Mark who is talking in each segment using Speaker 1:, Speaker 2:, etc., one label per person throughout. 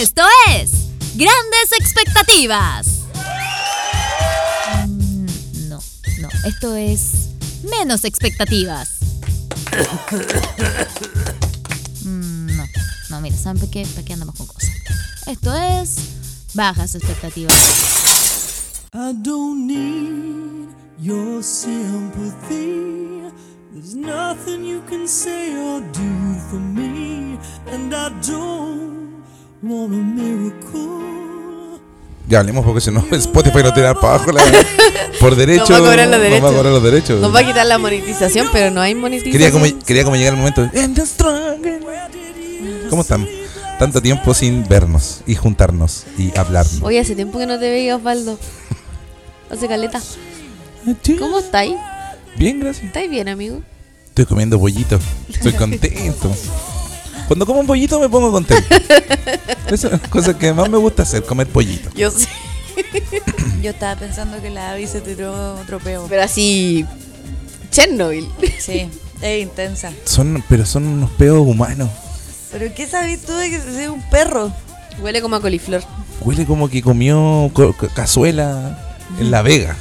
Speaker 1: Esto es Grandes Expectativas. Mm, No, no, esto es menos expectativas. Mm, No, no, mira, ¿saben por qué? ¿Para qué andamos con cosas? Esto es bajas expectativas.
Speaker 2: I don't need your sympathy. There's nothing you can say or do for me. And I don't want a miracle.
Speaker 3: Ya hablemos porque si no Spotify lo tirar para abajo la- por derecho.
Speaker 4: Nos va a cobrar
Speaker 3: nos
Speaker 4: los derechos.
Speaker 3: va a cobrar los derechos.
Speaker 4: Nos va a quitar la monetización, pero no hay monetización.
Speaker 3: Quería como, quería como llegar el momento. de- "And the strong". ¿Cómo están? Tanto tiempo sin vernos y juntarnos y hablarnos.
Speaker 4: Oye, hace tiempo que no te veía, Osvaldo. Hace caleta. ¿Cómo estáis?
Speaker 3: Bien, gracias.
Speaker 4: ¿Estáis bien, amigo?
Speaker 3: Estoy comiendo bollito. Estoy contento. Cuando como un bollito me pongo contento. Esa es la cosa que más me gusta hacer, comer pollito.
Speaker 4: Yo sí.
Speaker 5: Yo estaba pensando que la Abby se tiró otro peo.
Speaker 4: Pero así. Chernobyl.
Speaker 5: Sí, es intensa.
Speaker 3: Son, pero son unos peos humanos.
Speaker 5: ¿Pero qué sabes tú de que soy un perro?
Speaker 4: Huele como a coliflor.
Speaker 3: Huele como que comió co- co- cazuela en La Vega.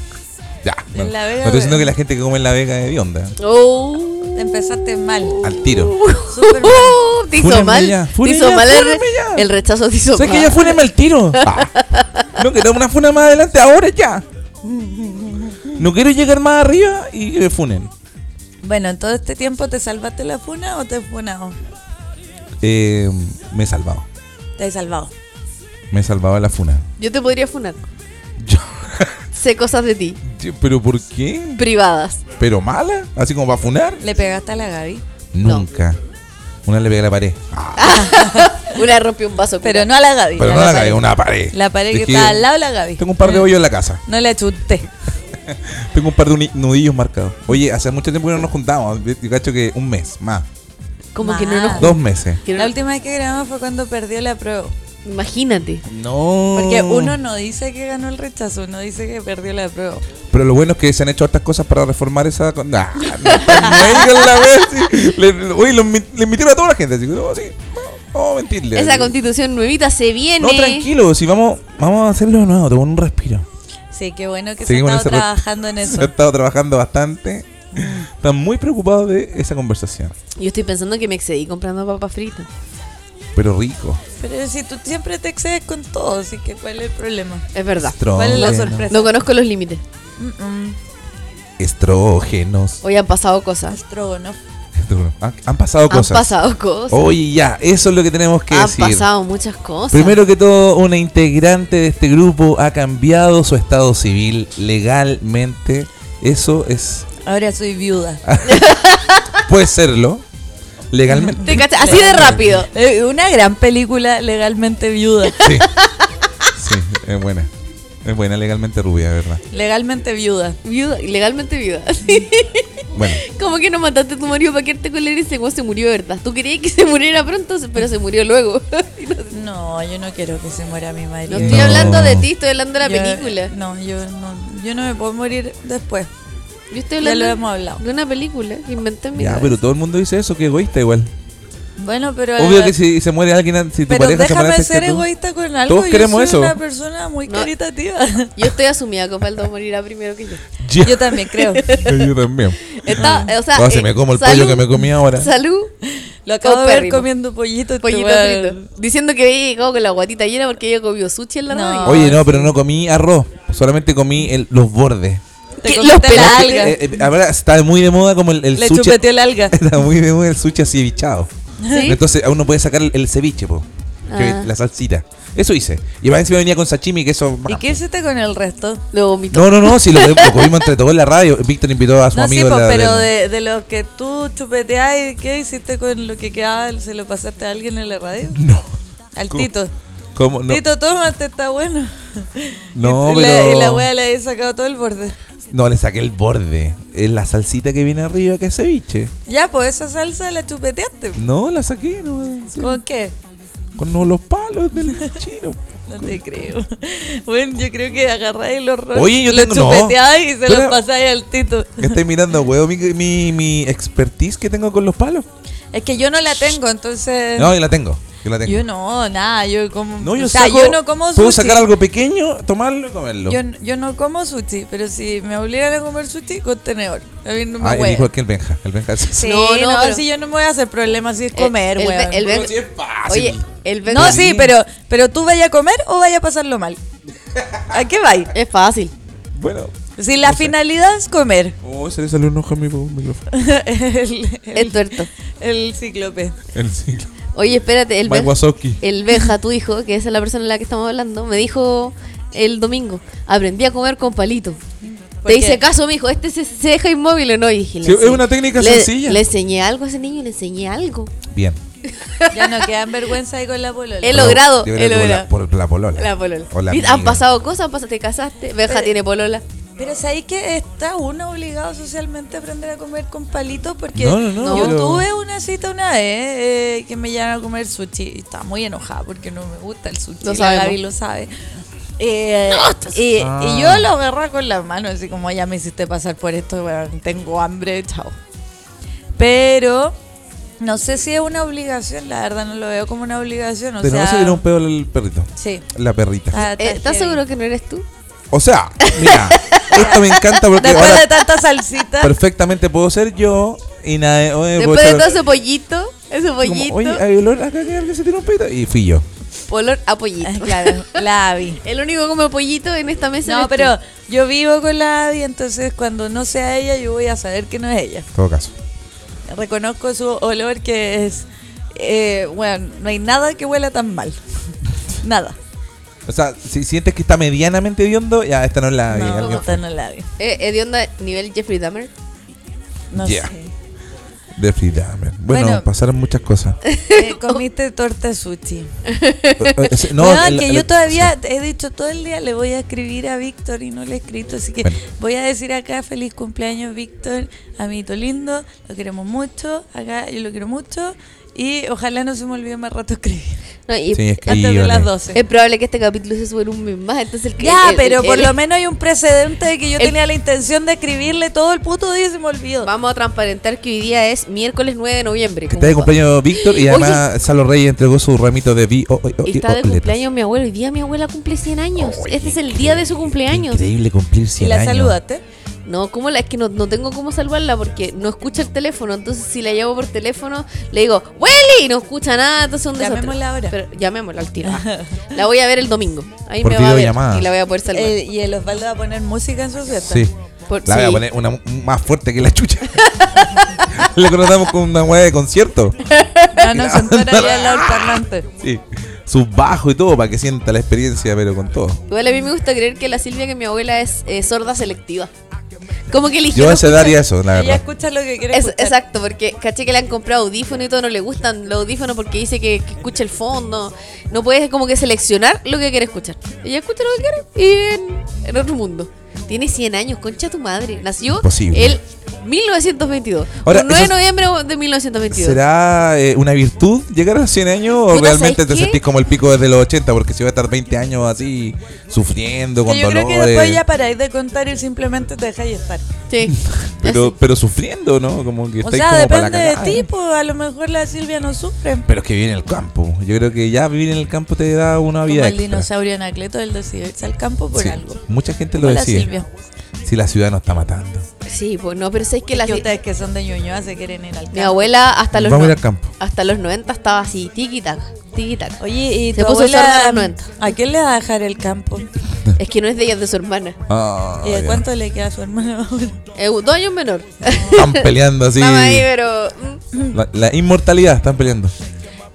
Speaker 3: Ya. No,
Speaker 5: En La Vega,
Speaker 3: no estoy diciendo que la gente que come en La Vega es de onda.
Speaker 4: Oh.
Speaker 5: Empezaste mal.
Speaker 3: Al tiro.
Speaker 5: Súper mal.
Speaker 4: Oh, Uh, te hizo
Speaker 3: Fúnenme
Speaker 4: mal.
Speaker 3: ya,
Speaker 4: Te
Speaker 3: fúnenme
Speaker 4: hizo
Speaker 3: ya,
Speaker 4: mal el, re-
Speaker 3: fúnenme ya.
Speaker 4: el rechazo. Te hizo
Speaker 3: ¿Sabes que
Speaker 4: mal.
Speaker 3: ya fúneme al tiro? Ah. No quiero una funa más adelante, ahora ya. No quiero llegar más arriba y que me funen.
Speaker 5: Bueno, en todo este tiempo, ¿te salvaste la funa o te has funado?
Speaker 3: Eh, me he salvado.
Speaker 5: Te has salvado.
Speaker 3: Me he salvado de la funa.
Speaker 4: Yo te podría funar.
Speaker 3: Yo-
Speaker 4: Sé cosas de ti.
Speaker 3: Yo, ¿Pero por qué?
Speaker 4: Privadas.
Speaker 3: ¿Pero mala? ¿Así como va a funar?
Speaker 5: ¿Le pegaste a la Gaby?
Speaker 4: No.
Speaker 3: Nunca. Una le pegué a la pared. Ah,
Speaker 4: Una rompió un vaso.
Speaker 5: Pero
Speaker 4: culiao.
Speaker 5: no a la Gaby.
Speaker 3: Pero
Speaker 5: a
Speaker 3: no la
Speaker 5: pared.
Speaker 3: cagué, una pared.
Speaker 5: La pared que
Speaker 3: Dije,
Speaker 5: está al lado Ah. de la Gaby.
Speaker 3: Tengo un par de hoyos en la casa.
Speaker 5: No la chunté.
Speaker 3: Tengo un par de uni- nudillos marcados. Oye, hace mucho tiempo que no nos juntamos. Yo cacho que un mes más.
Speaker 4: Como que no nos.
Speaker 3: Dos meses.
Speaker 4: que no-
Speaker 5: La última vez que grabamos fue cuando perdió la prueba.
Speaker 4: Imagínate.
Speaker 3: No.
Speaker 5: Porque uno no dice que ganó el rechazo, uno dice que perdió la prueba.
Speaker 3: Pero lo bueno es que se han hecho hartas cosas para reformar esa. con- Nah, no, no digan la wea así. Le, oye, lo mi- le mintieron a toda la gente. Así, que, no, sí, no, vamos a mentirle.
Speaker 4: Esa
Speaker 3: Así.
Speaker 4: constitución nuevita se viene.
Speaker 3: No, tranquilo, si vamos, vamos a hacerlo de nuevo, tomar un respiro.
Speaker 5: Sí, qué bueno que
Speaker 3: Seguimos
Speaker 5: se ha
Speaker 3: en ese
Speaker 5: estado
Speaker 3: re-
Speaker 5: trabajando en
Speaker 3: Se ha
Speaker 5: eso.
Speaker 3: estado trabajando bastante. Están muy preocupados de esa conversación.
Speaker 4: Yo estoy pensando que me excedí comprando papas fritas.
Speaker 3: Pero rico.
Speaker 5: Pero si tú siempre te excedes con todo, así que ¿cuál es el problema?
Speaker 4: Es verdad.
Speaker 5: ¿Cuál es la
Speaker 3: Estrógeno.
Speaker 5: sorpresa?
Speaker 4: No conozco los límites.
Speaker 5: Mm-mm.
Speaker 3: Estrógenos.
Speaker 4: Hoy han pasado cosas.
Speaker 5: Estrogonoff.
Speaker 3: Han, Este Ah, han pasado
Speaker 4: Han
Speaker 3: cosas.
Speaker 4: pasado cosas.
Speaker 3: Oye, ya, eso es lo que tenemos que
Speaker 4: han
Speaker 3: decir.
Speaker 4: pasado muchas cosas.
Speaker 3: Primero que todo, una integrante de este grupo ha cambiado su estado civil legalmente. Eso es.
Speaker 5: Ahora soy viuda.
Speaker 3: Puede serlo. Legalmente.
Speaker 4: ¿Te cachas? Así de rápido.
Speaker 5: Eh, Una gran película legalmente viuda.
Speaker 3: Sí. Sí, es buena. Es buena, legalmente rubia, de ¿verdad?
Speaker 5: Legalmente viuda.
Speaker 4: Viuda, legalmente viuda.
Speaker 3: Bueno,
Speaker 4: Como que no mataste a tu marido para quedarte con él y ese güey se murió, de ¿verdad? Tú querías que se muriera pronto, pero se murió luego. Y no-
Speaker 5: No, yo no quiero que se muera mi
Speaker 4: no
Speaker 5: marido.
Speaker 4: estoy
Speaker 3: No.
Speaker 4: hablando de ti, estoy hablando de la
Speaker 5: Yo- eh,
Speaker 4: película.
Speaker 5: No, yo no, yo no me puedo morir después.
Speaker 4: Yo estoy
Speaker 5: Ya lo
Speaker 4: hablando
Speaker 5: hemos hablado.
Speaker 4: de una película que inventé en mi
Speaker 3: ya,
Speaker 4: cabeza.
Speaker 3: pero todo el mundo dice eso, que egoísta igual.
Speaker 5: Bueno, pero. eh,
Speaker 3: Obvio que si se muere alguien, si tu
Speaker 5: Pero
Speaker 3: pareja se muere
Speaker 5: déjame
Speaker 3: antes que
Speaker 5: ser
Speaker 3: tú-
Speaker 5: egoísta con algo.
Speaker 3: Todos
Speaker 5: yo
Speaker 3: queremos
Speaker 5: soy
Speaker 3: eso.
Speaker 5: una persona muy
Speaker 4: No.
Speaker 5: caritativa.
Speaker 4: Yo estoy asumida que Osvaldo morirá primero que yo.
Speaker 3: Ya.
Speaker 5: Yo también creo.
Speaker 3: Yo también.
Speaker 4: Está, eh, o sea,
Speaker 3: No, si
Speaker 4: eh,
Speaker 3: me como el
Speaker 4: salud-
Speaker 3: pollo que me comí ahora.
Speaker 4: Salud,
Speaker 5: Lo acabo de ver
Speaker 4: Paupérrimo.
Speaker 5: comiendo pollito. este
Speaker 4: pollito
Speaker 5: weón.
Speaker 4: frito. Diciendo que había llegado con la guatita llena porque ella comió sushi en la
Speaker 5: No.
Speaker 4: radio.
Speaker 3: Oye, no,
Speaker 5: sí.
Speaker 3: pero no comí arroz. Solamente comí el- los bordes.
Speaker 5: Te
Speaker 4: ¿Qué?
Speaker 5: comiste
Speaker 4: Los
Speaker 5: la
Speaker 4: pelajes.
Speaker 5: alga.
Speaker 3: Eh, eh, ahora está muy de moda como el, el
Speaker 5: Le
Speaker 3: sushi.
Speaker 5: chupeteó la alga.
Speaker 3: Está muy de moda el sushi así bichado.
Speaker 4: ¿Sí?
Speaker 3: Entonces a uno puede sacar el, el ceviche, po. Que
Speaker 4: Ah.
Speaker 3: La salsita. Eso hice. Y más encima venía con sashimi, que eso.
Speaker 5: ¿Y qué hiciste con el resto?
Speaker 4: Lo vomitó.
Speaker 3: No, no, no, si lo, lo comimos entre todos en la radio. Víctor invitó a su
Speaker 5: No, sí,
Speaker 3: amigo.
Speaker 5: po,
Speaker 3: la-
Speaker 5: pero
Speaker 3: del-
Speaker 5: de, de lo que tú chupeteás, ¿qué hiciste con lo que quedaba? ¿Se lo pasaste a alguien en la radio?
Speaker 3: No.
Speaker 5: Al
Speaker 3: ¿Cómo?
Speaker 5: Tito.
Speaker 3: ¿Cómo? No,
Speaker 5: Tito, tómate, está bueno.
Speaker 3: no
Speaker 5: y la,
Speaker 3: pero.
Speaker 5: y la wea le había sacado todo el borde.
Speaker 3: No, le saqué el borde. Es la salsita que viene arriba, que es ceviche.
Speaker 5: Ya, pues esa salsa la chupeteaste.
Speaker 3: No, la saqué. No,
Speaker 5: ¿Con qué?
Speaker 3: con los palos del chino.
Speaker 5: No te creo. Bueno, yo creo que agarráis los rollos.
Speaker 3: Oye, yo
Speaker 5: los
Speaker 3: tengo- no.
Speaker 5: chupeteáis y se
Speaker 3: Pero-
Speaker 5: los pasáis al Tito.
Speaker 3: ¿Qué estáis mirando, weón? Mi, mi, mi expertise que tengo con los palos.
Speaker 5: Es que yo no la tengo, entonces.
Speaker 3: No, yo la tengo. Yo la tengo.
Speaker 5: Yo no, nada, yo como.
Speaker 3: no, yo
Speaker 5: o sea,
Speaker 3: saco-
Speaker 5: yo no como sushi.
Speaker 3: Puedo sacar algo pequeño, tomarlo y comerlo.
Speaker 5: Yo, n- yo no como sushi, pero si me obligan a comer sushi, con tenedor. A mí no me
Speaker 3: ah, y
Speaker 5: hueá.
Speaker 3: dijo que el Benja. El Benja es
Speaker 5: Sí,
Speaker 4: No,
Speaker 5: no,
Speaker 4: no, pero-
Speaker 5: si yo no me voy a hacer problemas si es comer,
Speaker 4: Eh, el,
Speaker 5: weón.
Speaker 4: el,
Speaker 3: Pero
Speaker 4: Ben-
Speaker 3: sí es fácil.
Speaker 4: Oye, el Ben-
Speaker 5: No, sí, pero, pero tú vaya a comer o vaya a pasarlo mal. ¿A qué vais?
Speaker 4: Es fácil.
Speaker 3: Bueno.
Speaker 5: Si la finalidad es comer.
Speaker 3: Oh, se le salió un ojo a mi micrófono.
Speaker 5: el,
Speaker 4: Es tuerto.
Speaker 5: el cíclope.
Speaker 3: El siglo.
Speaker 4: Oye, espérate, el,
Speaker 3: Mike
Speaker 4: Ben-
Speaker 3: Wazowski.
Speaker 4: el Benja, tu hijo, que esa es la persona en la que estamos hablando, me dijo el domingo, aprendí a comer con palito.
Speaker 5: ¿Por
Speaker 4: Te
Speaker 5: qué?
Speaker 4: hice caso, mijo, este se, se deja inmóvil o no. Y dije, le
Speaker 3: Sí, es
Speaker 4: ense-
Speaker 3: una técnica
Speaker 4: le-
Speaker 3: sencilla.
Speaker 4: Le enseñé algo a ese niño y le enseñé algo.
Speaker 3: Bien.
Speaker 5: Ya no quedan vergüenza ahí con la polola.
Speaker 4: He
Speaker 3: Bravo.
Speaker 4: logrado,
Speaker 3: Yo
Speaker 4: he
Speaker 3: creo que por
Speaker 4: logrado.
Speaker 3: la- Por la polola.
Speaker 4: La polola.
Speaker 3: O la
Speaker 4: ¿Viste?
Speaker 3: amiga.
Speaker 4: Han pasado cosas, pasa- te casaste, Benja
Speaker 5: Eh,
Speaker 4: tiene polola.
Speaker 5: Pero sabéis que está uno obligado socialmente a aprender a comer con palitos porque
Speaker 3: No, no, no,
Speaker 5: yo
Speaker 3: pero-
Speaker 5: tuve una cita una vez eh, que me llevaron a comer sushi y estaba muy enojada porque no me gusta el sushi.
Speaker 4: Lo
Speaker 5: la
Speaker 4: sabemos.
Speaker 5: Gaby lo sabe. Eh, y,
Speaker 3: Ah.
Speaker 5: y yo lo agarraba con las manos así como ya me hiciste pasar por esto, weón, tengo hambre, chao. Pero no sé si es una obligación, la verdad no lo veo como una obligación. O
Speaker 3: Pero
Speaker 5: sea,
Speaker 3: no se tiró un pedo al perrito.
Speaker 5: Sí.
Speaker 3: La perrita.
Speaker 5: Ah,
Speaker 4: Eh, ¿Estás
Speaker 5: heavy.
Speaker 4: seguro que no eres
Speaker 3: Eh,
Speaker 4: tú?
Speaker 3: O sea, mira, esto me encanta porque
Speaker 5: Después
Speaker 3: ahora
Speaker 5: de tanta salsita.
Speaker 3: perfectamente puedo ser yo y nadie. oye, puedo
Speaker 4: Después de
Speaker 3: estar-
Speaker 4: todo ese pollito, ese
Speaker 3: pues como,
Speaker 4: pollito,
Speaker 3: Oye, eh". hay olor acá que alguien se tiró un pedo. Y fui yo.
Speaker 4: olor a pollito.
Speaker 5: Ah, Claro, la Abby.
Speaker 4: El único que come pollito en esta mesa.
Speaker 5: No,
Speaker 4: eres tú.
Speaker 5: pero yo vivo con la Abby, entonces cuando no sea ella, yo voy a saber que no es ella.
Speaker 3: En todo caso.
Speaker 5: Reconozco su olor que es. eh, bueno, no hay nada que huela tan mal. Nada.
Speaker 3: O sea, si sientes que está medianamente hediondo, ya esta no es la.
Speaker 5: No,
Speaker 3: alguien-
Speaker 5: esta no es la Abby.
Speaker 4: Eh, eh, de onda nivel Jeffrey Dahmer.
Speaker 5: No
Speaker 3: Yeah.
Speaker 5: sé.
Speaker 3: de Frida. Bueno, bueno,
Speaker 5: Bueno.
Speaker 3: pasaron muchas cosas.
Speaker 5: Eh, comiste torta de sushi. No,
Speaker 3: eh, el-
Speaker 5: que
Speaker 3: el-
Speaker 5: yo todavía he dicho todo el día, le voy a escribir a Víctor y no le he escrito, así que
Speaker 3: Bueno.
Speaker 5: voy a decir acá feliz cumpleaños Víctor, amiguito lindo, lo queremos mucho, acá yo lo quiero mucho y ojalá no se me olvide más rato escribir.
Speaker 4: No, y eh,
Speaker 3: Sí, es que-
Speaker 5: Antes de
Speaker 3: Escríbale.
Speaker 5: las 12.
Speaker 4: Es probable que este capítulo se suba en un mes más. Entonces el que-
Speaker 5: ya,
Speaker 4: el-
Speaker 5: pero
Speaker 4: el-
Speaker 5: por
Speaker 4: el-
Speaker 5: lo menos hay un precedente de que yo
Speaker 4: el-
Speaker 5: tenía la intención de escribirle todo el puto día y se me olvidó.
Speaker 4: Vamos a transparentar que hoy día es miércoles 9 de noviembre.
Speaker 3: Que está de cumpleaños Víctor y además Salo Reyes entregó su ramito de vi. oh, oh, oh,
Speaker 4: Y está de
Speaker 3: oh, letras.
Speaker 4: cumpleaños mi abuelo. Hoy día mi abuela cumple 100 años. este es el día de su cumpleaños.
Speaker 3: Increíble cumplir 100
Speaker 5: y la
Speaker 3: años.
Speaker 5: saludaste.
Speaker 4: No, ¿cómo la? Es que no, no tengo cómo salvarla porque no escucha el teléfono. Entonces, si la llamo por teléfono, le digo, ¡Welly! No escucha nada, entonces un desastre.
Speaker 5: Llamémosla ahora.
Speaker 4: Pero llamémosla al tiro. Ah, La voy a ver el domingo. Ahí
Speaker 3: Por
Speaker 4: me va a ver
Speaker 3: videollamada.
Speaker 4: y la voy a poder salvar.
Speaker 5: Eh, y el Osvaldo va a poner música en su fiesta.
Speaker 3: Sí.
Speaker 4: Por-
Speaker 3: la voy a
Speaker 4: sí.
Speaker 3: poner una mu- más fuerte que la chucha. Le contratamos con una hueá de concierto.
Speaker 5: No, no, Santoro allá al lado del parlante.
Speaker 3: Sí. Sus bajos y todo para que sienta la experiencia, pero con todo.
Speaker 4: Igual a mí me gusta creer que la Silvia, que mi abuela, es eh, sorda selectiva. Como que eligió.
Speaker 3: Yo
Speaker 4: no
Speaker 3: a esa edad
Speaker 4: escuchar-
Speaker 3: haría eso, la
Speaker 5: Ella
Speaker 3: verdad.
Speaker 5: escucha lo que quiere
Speaker 4: Es-
Speaker 5: escuchar.
Speaker 4: exacto, porque caché que le han comprado audífonos y todo, no le gustan los audífonos porque dice que, que escucha el fondo. No puedes como que seleccionar lo que quiere escuchar. Ella escucha lo que quiere y en, en otro mundo. Tiene 100 años, concha tu madre. Nació
Speaker 3: Imposible.
Speaker 4: el 1922.
Speaker 3: Ahora,
Speaker 4: un 9 de
Speaker 3: eso-
Speaker 4: noviembre de 1922.
Speaker 3: ¿Será eh, una virtud llegar a los 100 años o
Speaker 4: Puta,
Speaker 3: realmente
Speaker 4: ¿sabes
Speaker 3: te
Speaker 4: qué?
Speaker 3: sentís como el pico desde los 80? Porque si va a estar 20 años así, sufriendo, con
Speaker 5: Que yo creo que
Speaker 3: dolores.
Speaker 5: después ya paráis de contar y simplemente te dejáis estar.
Speaker 4: Sí.
Speaker 3: pero, pero sufriendo, ¿no? Como que
Speaker 5: O
Speaker 3: estáis
Speaker 5: sea,
Speaker 3: como para la
Speaker 5: depende de
Speaker 3: cagada. ¿eh?
Speaker 5: ti, pues a lo mejor la Silvia no sufre.
Speaker 3: Pero es que vive en el campo. Yo creo que ya vivir en el campo te da una
Speaker 5: Como
Speaker 3: vida
Speaker 5: el
Speaker 3: extra.
Speaker 5: dinosaurio Anacleto, él decidió irse al campo por
Speaker 3: Sí,
Speaker 5: algo.
Speaker 3: Mucha gente lo
Speaker 5: Como la
Speaker 3: decide.
Speaker 5: Silvia.
Speaker 3: Si la ciudad nos está matando.
Speaker 4: Sí, pues no, pero sabes que la.
Speaker 5: Que ustedes que son de Ñuñoa se quieren ir al campo.
Speaker 4: Mi abuela hasta los,
Speaker 3: Vamos a
Speaker 4: no-
Speaker 3: ir al campo.
Speaker 4: hasta los 90 estaba así, tiki-tac, tiki-tac.
Speaker 5: Oye, ¿y
Speaker 4: Se
Speaker 5: tu
Speaker 4: puso sorda a
Speaker 5: abuela
Speaker 4: los 90.
Speaker 5: a quién le va a dejar el campo?
Speaker 4: Es que no es de ella, es de su hermana.
Speaker 3: Ah,
Speaker 5: ¿Y de
Speaker 3: ya.
Speaker 5: cuánto le queda a su hermano ahora?
Speaker 4: Eh, dos años menor.
Speaker 3: Están peleando así.
Speaker 4: Mamá ahí, pero. mm.
Speaker 3: La, la inmortalidad están peleando.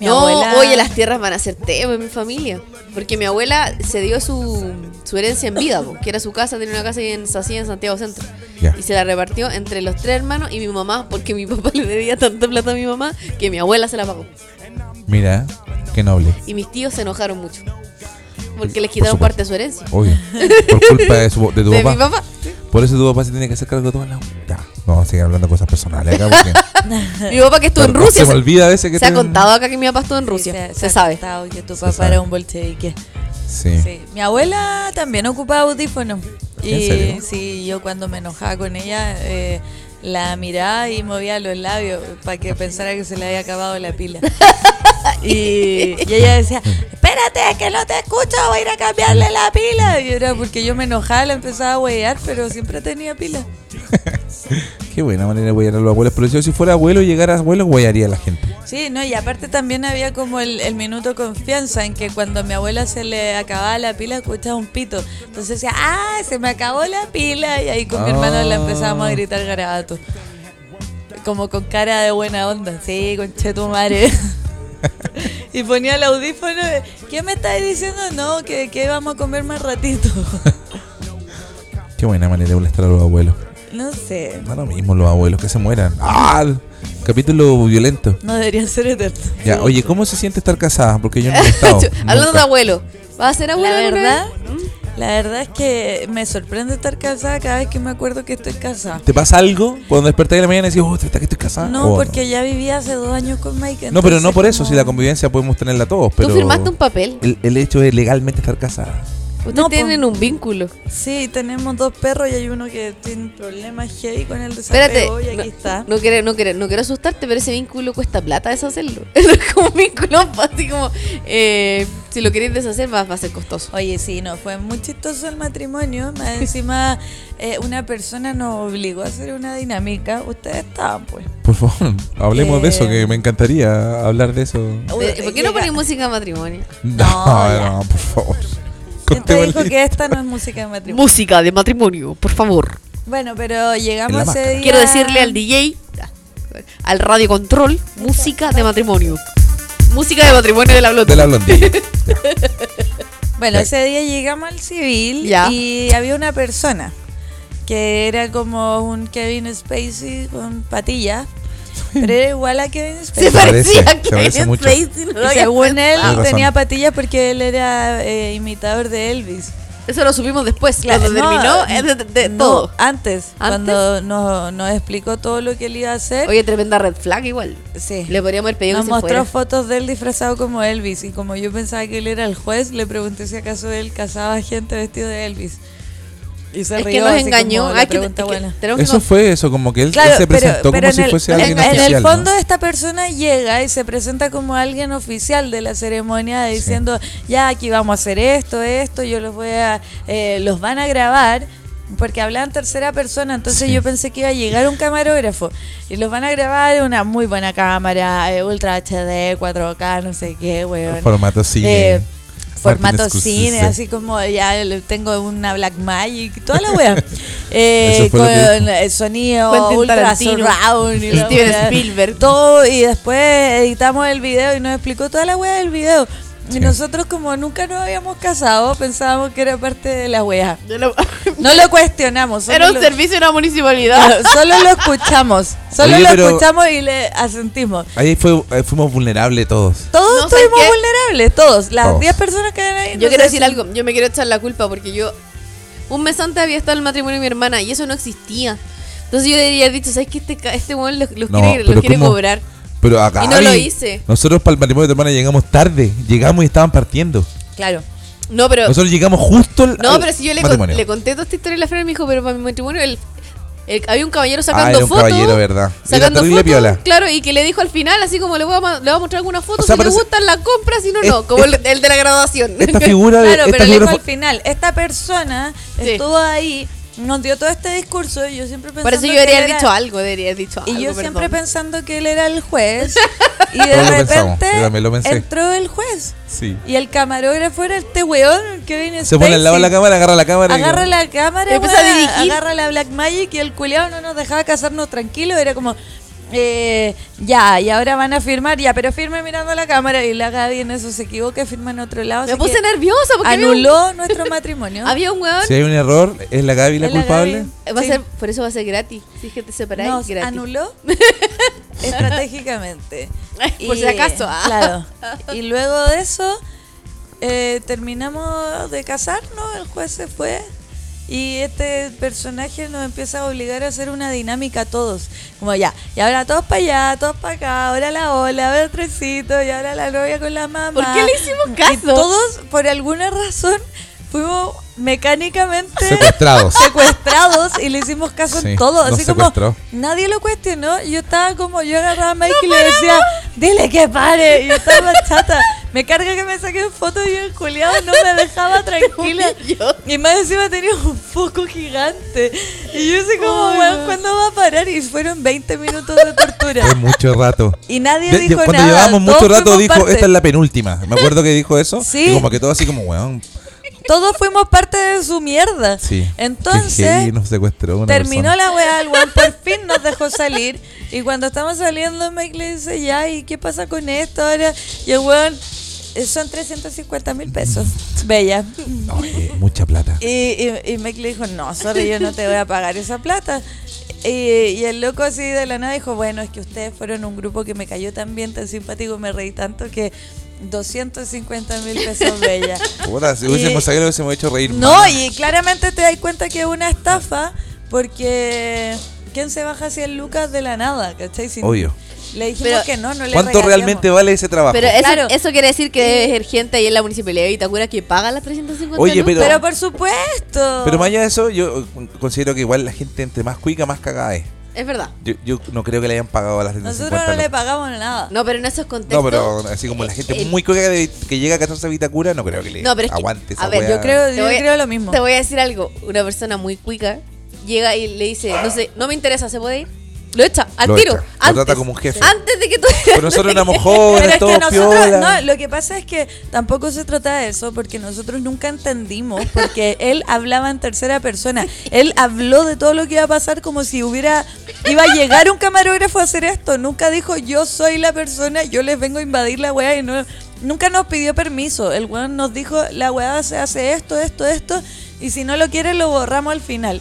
Speaker 5: Mi
Speaker 4: no,
Speaker 5: abuela-
Speaker 4: oye, las tierras van a ser tema en mi familia. Porque mi abuela se dio su, su herencia en vida, po, que era su casa, tenía una casa ahí en Sací, en Santiago Centro.
Speaker 3: Ya.
Speaker 4: Y se la repartió entre los tres hermanos y mi mamá, porque mi papá le debía tanta plata a mi mamá que mi abuela se la pagó.
Speaker 3: Mira, qué noble.
Speaker 4: Y mis tíos se enojaron mucho. Porque les
Speaker 3: Por
Speaker 4: quitaron
Speaker 3: supuesto.
Speaker 4: parte de su herencia.
Speaker 3: Oye, por culpa de, su- de tu
Speaker 4: De
Speaker 3: papá.
Speaker 4: mi papá.
Speaker 3: Por eso tu papá se tiene que hacer cargo de todo el lado. Ya, no vamos a seguir hablando de cosas personales acá porque
Speaker 4: Mi papá que estuvo en
Speaker 3: de repente
Speaker 4: Rusia.
Speaker 3: Se me
Speaker 4: Se,
Speaker 3: olvida a veces que
Speaker 4: se ha
Speaker 3: tengo-
Speaker 4: contado acá que mi papá estuvo en
Speaker 5: Sí,
Speaker 4: Rusia.
Speaker 5: ha
Speaker 4: se sabe.
Speaker 5: contado que tu
Speaker 3: Se
Speaker 5: papá
Speaker 3: sabe.
Speaker 5: era un bolchevique.
Speaker 3: Sí.
Speaker 5: Sí. Mi abuela también ocupaba audífonos. Y
Speaker 3: ¿En serio?
Speaker 5: sí, yo cuando me enojaba con ella, eh, la miraba y movía los labios para que pensara que se le había acabado la pila. y, Y ella decía, espérate, que no te escucho, voy a ir a cambiarle la pila. Y era porque yo me enojaba, la empezaba a huear, pero siempre tenía pila.
Speaker 3: Qué buena manera de huear a los abuelos. Pero yo si fuera abuelo y llegara abuelo, huearía a la gente.
Speaker 5: Sí, no, y aparte también había como el, el minuto confianza en que cuando a mi abuela se le acababa la pila escuchaba un pito. Entonces decía, ah, se me acabó la pila. Y ahí con mi hermano la empezábamos a gritar garabato. Como con cara de buena onda. Sí, conche tu madre. y ponía el audífono. ¿Qué me estás diciendo? No, que, que vamos a comer más ratito.
Speaker 3: Qué buena manera de molestar a los abuelos.
Speaker 5: no sé.
Speaker 3: No lo mismo los abuelos, que se mueran. ¡Ah! Capítulo violento.
Speaker 5: No debería ser eterno.
Speaker 3: Ya, oye, ¿cómo se siente estar casada? Porque yo no he estado.
Speaker 4: Yo- Hablando de
Speaker 3: nunca.
Speaker 4: abuelo, ¿vas a ser abuelo?
Speaker 5: La
Speaker 4: alguna
Speaker 5: verdad,
Speaker 4: vez?
Speaker 5: la verdad es que me sorprende estar casada cada vez que me acuerdo que estoy casada.
Speaker 3: ¿Te pasa algo? Cuando desperté de la mañana y decís, oh, ¿está que estoy casada?
Speaker 5: No,
Speaker 3: ¿O
Speaker 5: porque ya vivía hace dos años con Mike.
Speaker 3: No, pero no
Speaker 5: entonces
Speaker 3: por eso,
Speaker 5: como-
Speaker 3: si la convivencia podemos tenerla todos. Pero
Speaker 4: Tú firmaste un papel.
Speaker 3: el, el hecho es legalmente estar casada.
Speaker 4: Ustedes
Speaker 5: No, po.
Speaker 4: tienen un vínculo.
Speaker 5: Sí, tenemos dos perros y hay uno que tiene problemas heavy con el
Speaker 4: Espérate,
Speaker 5: desapego y
Speaker 4: no,
Speaker 5: aquí está.
Speaker 4: no quiero, no, quiero, no quiero asustarte, pero ese vínculo cuesta plata deshacerlo. Es como un vínculo así como, eh, si lo queréis deshacer va, va a ser costoso.
Speaker 5: Oye, sí, no, fue muy chistoso el matrimonio. Más encima, eh, una persona nos obligó a hacer una dinámica. Ustedes estaban, pues.
Speaker 3: Por favor, hablemos de eso,
Speaker 5: Eh.
Speaker 3: que Ah, me encantaría hablar de eso.
Speaker 4: Eh, ¿Por qué no ponen música de matrimonio?
Speaker 3: No,
Speaker 5: ya.
Speaker 3: no, por favor.
Speaker 5: ¿Quién te
Speaker 3: Contemos
Speaker 5: dijo
Speaker 3: el-
Speaker 5: que esta no es música de matrimonio?
Speaker 4: Música de matrimonio, por favor.
Speaker 5: Bueno, pero
Speaker 3: En la
Speaker 5: llegamos ese
Speaker 3: máscara.
Speaker 5: día.
Speaker 4: Quiero decirle al DJ, al radio control, música de matrimonio. Música de matrimonio de la blota.
Speaker 3: De la blondie.
Speaker 5: Bueno,
Speaker 3: Ya.
Speaker 5: ese día llegamos al civil
Speaker 4: Ya.
Speaker 5: y había una persona que era como un Kevin Spacey con patillas, pero era igual a Kevin
Speaker 4: Se
Speaker 5: Spacey.
Speaker 4: parecía
Speaker 3: parece,
Speaker 4: que
Speaker 3: se parece
Speaker 4: Spacey,
Speaker 3: mucho.
Speaker 4: no lo
Speaker 5: Y
Speaker 4: había
Speaker 5: según él
Speaker 3: Tienes razón.
Speaker 5: tenía patillas porque él era eh, imitador de Elvis.
Speaker 4: Eso lo supimos después, cuando
Speaker 5: No,
Speaker 4: terminó eh, de, de- de
Speaker 5: no,
Speaker 4: todo.
Speaker 5: Antes,
Speaker 4: ¿Antes?
Speaker 5: cuando nos, nos explicó todo lo que él iba a hacer.
Speaker 4: Oye, tremenda red flag igual.
Speaker 5: sí.
Speaker 4: Le podríamos haber pedido
Speaker 5: Nos
Speaker 4: que se fuera.
Speaker 5: mostró fotos de él disfrazado como Elvis y como yo pensaba que él era el juez, le pregunté si acaso él casaba gente vestido de Elvis. Y se
Speaker 4: Es
Speaker 5: rió
Speaker 4: que nos
Speaker 5: así
Speaker 4: engañó.
Speaker 5: como la
Speaker 4: Ay, que-
Speaker 5: pregunta
Speaker 4: es que
Speaker 5: buena.
Speaker 4: tenemos que
Speaker 3: Eso
Speaker 4: con-
Speaker 3: fue eso, como que él, él se presentó como si
Speaker 5: en el-
Speaker 3: fuese
Speaker 5: en-
Speaker 3: alguien
Speaker 5: en,
Speaker 3: oficial.
Speaker 5: el
Speaker 3: ¿no?
Speaker 5: fondo esta persona llega y se presenta como alguien oficial de la ceremonia diciendo, ya aquí vamos a hacer esto, esto, yo los voy a, eh, los van a grabar. Porque hablaba en tercera persona, entonces
Speaker 3: Sí.
Speaker 5: yo pensé que iba a llegar un camarógrafo y los van a grabar en una muy buena cámara, eh, Ultra HD, 4K, no sé qué, weón.
Speaker 3: Formato cine.
Speaker 5: Eh, formato
Speaker 3: Martin Scorsese.
Speaker 5: cine, así como ya le- tengo una Black Magic, toda la wea. Eh,
Speaker 3: Eso fue
Speaker 5: con
Speaker 3: lo que dijo.
Speaker 5: el sonido
Speaker 4: Quentin
Speaker 5: ultra
Speaker 4: Tarantino.
Speaker 5: surround y la
Speaker 4: Steven
Speaker 5: wea.
Speaker 4: Spielberg.
Speaker 5: Todo, y después editamos el video y nos explicó toda la wea del video.
Speaker 3: Sí.
Speaker 5: Y nosotros como nunca nos habíamos casado, pensábamos que era parte de la wea.
Speaker 4: Yo lo-
Speaker 5: No lo cuestionamos, solo,
Speaker 4: Era un
Speaker 5: lo,
Speaker 4: servicio de una municipalidad.
Speaker 5: solo lo escuchamos, solo
Speaker 3: Oye,
Speaker 5: lo
Speaker 3: pero-
Speaker 5: escuchamos y le asentimos.
Speaker 3: Ahí, fue, ahí fuimos vulnerables todos.
Speaker 5: Todos
Speaker 4: No, ¿sabes
Speaker 5: estuvimos
Speaker 4: qué?
Speaker 5: vulnerables, todos. Las
Speaker 3: Todos.
Speaker 5: 10 personas que eran ahí.
Speaker 4: Yo
Speaker 5: nos
Speaker 4: quiero decir
Speaker 5: asentimos.
Speaker 4: algo, yo me quiero echar la culpa porque yo un mes antes había estado en el matrimonio de mi hermana y eso no existía. Entonces yo debería haber dicho, ¿sabes qué? Este, ca- este weón los, los quiere, los quiere
Speaker 3: ¿cómo?
Speaker 4: cobrar.
Speaker 3: Pero acá.
Speaker 4: Y no lo hice.
Speaker 3: Nosotros para el matrimonio de tu hermana llegamos tarde. Llegamos y estaban partiendo.
Speaker 5: Claro.
Speaker 4: No, pero
Speaker 3: Nosotros llegamos justo al.
Speaker 4: no,
Speaker 3: al
Speaker 4: pero si yo le, con-
Speaker 3: matrimonio.
Speaker 4: le conté toda esta historia a la Fran y me dijo, pero para mi matrimonio el- el- había un caballero
Speaker 3: Ah,
Speaker 4: sacando
Speaker 3: era un
Speaker 4: fotos.
Speaker 3: caballero, ¿verdad? Era
Speaker 4: Sacando
Speaker 3: terrible
Speaker 4: fotos,
Speaker 3: piola.
Speaker 4: claro, y que le dijo al final, así como le voy a, ma- le voy a mostrar algunas fotos,
Speaker 3: sea,
Speaker 4: si le
Speaker 3: parece-
Speaker 4: gustan la compra, si no, no,
Speaker 3: Es-
Speaker 4: como el, el de la graduación.
Speaker 3: Esta figura de.
Speaker 5: Claro,
Speaker 3: esta
Speaker 5: pero le
Speaker 3: figura
Speaker 5: dijo al
Speaker 3: fue-
Speaker 5: final, esta persona
Speaker 4: Sí.
Speaker 5: estuvo ahí, nos dio todo este discurso y yo siempre pensando
Speaker 4: Por eso yo
Speaker 5: que
Speaker 4: debería
Speaker 5: él
Speaker 4: haber
Speaker 5: era-
Speaker 4: dicho algo, debería haber dicho algo.
Speaker 5: Y yo siempre
Speaker 4: perdón.
Speaker 5: pensando que él era el juez y de
Speaker 3: Todos lo pensamos,
Speaker 5: repente
Speaker 3: yo también lo pensé.
Speaker 5: entró el juez
Speaker 3: Sí.
Speaker 5: y el camarógrafo era este weón que viene
Speaker 3: Se pone al lado de la cámara, agarra la cámara. y-
Speaker 5: Agarra la cámara,
Speaker 4: Empieza a
Speaker 5: weón,
Speaker 4: dirigir.
Speaker 5: agarra la Black Magic y el culiao no nos dejaba casarnos tranquilos. Era como, eh, ya, y ahora van a firmar, ya, pero firme mirando la cámara. Y la Gaby en eso se equivoca, firma en otro lado.
Speaker 4: Me
Speaker 5: así
Speaker 4: puse
Speaker 5: que
Speaker 4: nerviosa porque había un-
Speaker 5: Anuló nuestro matrimonio.
Speaker 4: Había un weón.
Speaker 3: Si hay un error, ¿es la Gaby la
Speaker 5: Es la
Speaker 3: culpable?
Speaker 5: Gaby.
Speaker 4: Va a
Speaker 5: Sí.
Speaker 4: ser, por eso va a ser gratis. Si es que te separáis,
Speaker 5: Nos
Speaker 4: gratis.
Speaker 5: anuló estratégicamente.
Speaker 4: Por si acaso, ah.
Speaker 5: Claro. Y luego de eso, eh, terminamos de casarnos, el juez se fue. Y este personaje nos empieza a obligar a hacer una dinámica a todos. Como ya, y ahora todos para allá, todos para acá, ahora la ola, ahora el trencito, y ahora la novia con la mamá.
Speaker 4: ¿Por qué le hicimos
Speaker 5: Y
Speaker 4: caso?
Speaker 5: todos, por alguna razón, fuimos mecánicamente
Speaker 3: Secuestrados.
Speaker 5: secuestrados y le hicimos caso
Speaker 3: Sí,
Speaker 5: en todo.
Speaker 3: nos
Speaker 5: Así como
Speaker 3: secuestró.
Speaker 5: nadie lo cuestionó. Yo estaba como, yo agarraba a Mike y le decía, dile que pare. Y yo estaba chata. Me carga que me saquen fotos y el culiado no me dejaba tranquila.
Speaker 4: humilló.
Speaker 5: y más encima tenía un foco gigante. Y yo así como, weón, ¿cuándo va a parar? Y fueron 20 minutos de tortura.
Speaker 3: Es mucho rato.
Speaker 5: Y nadie
Speaker 3: De-
Speaker 5: dijo
Speaker 3: cuando
Speaker 5: nada.
Speaker 3: llevábamos
Speaker 5: todos
Speaker 3: mucho rato
Speaker 5: fuimos
Speaker 3: dijo,
Speaker 5: parte.
Speaker 3: esta es la penúltima. Me acuerdo que dijo eso.
Speaker 5: Sí.
Speaker 3: Y como que todo así como, weón.
Speaker 5: Todos fuimos parte de su mierda.
Speaker 3: Sí.
Speaker 5: Entonces,
Speaker 3: Y nos secuestró una
Speaker 5: Terminó
Speaker 3: persona.
Speaker 5: la weá, el weón por fin nos dejó salir. Y cuando estamos saliendo, Mike le dice, ya, ¿y qué pasa con esto ahora? Y el weón, "Eh, son 350 mil pesos. Bella.
Speaker 3: Oye, mucha plata.
Speaker 5: Y, y, y Mike le dijo, no, sorry, yo no te voy a pagar esa plata. Y, y el loco así de la nada dijo, bueno, es que ustedes fueron un grupo que me cayó tan bien, tan simpático, me reí tanto que 250 mil pesos, bella.
Speaker 3: Puta, si
Speaker 5: Y-
Speaker 3: hubiésemos sabido, hubiésemos hecho reír.
Speaker 5: No,
Speaker 3: más.
Speaker 5: y claramente te das cuenta que es una estafa porque ¿quién se baja 100 lucas de la nada? ¿Cachai? Si
Speaker 3: Obvio.
Speaker 5: Le dijimos
Speaker 4: Pero,
Speaker 5: que no, no le
Speaker 3: ¿Cuánto realmente vale ese trabajo?
Speaker 4: Pero eso,
Speaker 5: Claro.
Speaker 4: eso quiere decir que es gente ahí en la municipalidad de Vitacura que paga las 350
Speaker 3: Oye,
Speaker 4: lucas.
Speaker 3: pero-
Speaker 5: Pero por supuesto.
Speaker 3: Pero más allá de eso, yo eh, considero que igual la gente entre más cuica, más cagada es.
Speaker 4: Es verdad.
Speaker 3: Yo, yo no creo que le hayan pagado a las
Speaker 5: Nosotros
Speaker 3: 350
Speaker 5: no le
Speaker 3: lucas.
Speaker 5: pagamos nada.
Speaker 4: No, pero en esos contextos.
Speaker 3: No, pero así como la gente
Speaker 4: eh,
Speaker 3: muy cuica de- que llega a casarse a Vitacura, no creo que le
Speaker 4: No, pero es que-
Speaker 3: aguante esa
Speaker 4: a ver,
Speaker 3: wea.
Speaker 5: yo creo, yo
Speaker 4: voy a-
Speaker 5: creo lo mismo.
Speaker 4: Te voy a decir algo. Una persona muy cuica llega y le dice, no sé, no me interesa, ¿se puede ir? Lo echa, al
Speaker 3: Lo
Speaker 4: tiro.
Speaker 3: echa, lo
Speaker 4: antes,
Speaker 3: trata como un jefe.
Speaker 4: Antes de que tú...
Speaker 3: Pero nosotros éramos
Speaker 5: Pero
Speaker 3: jóvenes,
Speaker 5: es que
Speaker 3: todos
Speaker 5: nosotros,
Speaker 3: piola.
Speaker 5: no, lo que pasa es que tampoco se trata de eso porque nosotros nunca entendimos porque él hablaba en tercera persona. Él habló de todo lo que iba a pasar como si hubiera iba a llegar un camarógrafo a hacer esto. Nunca dijo yo soy la persona, yo les vengo a invadir la weá y no nunca nos pidió permiso. El weón nos dijo la weá se hace esto, esto, esto y si no lo quieren lo borramos al final.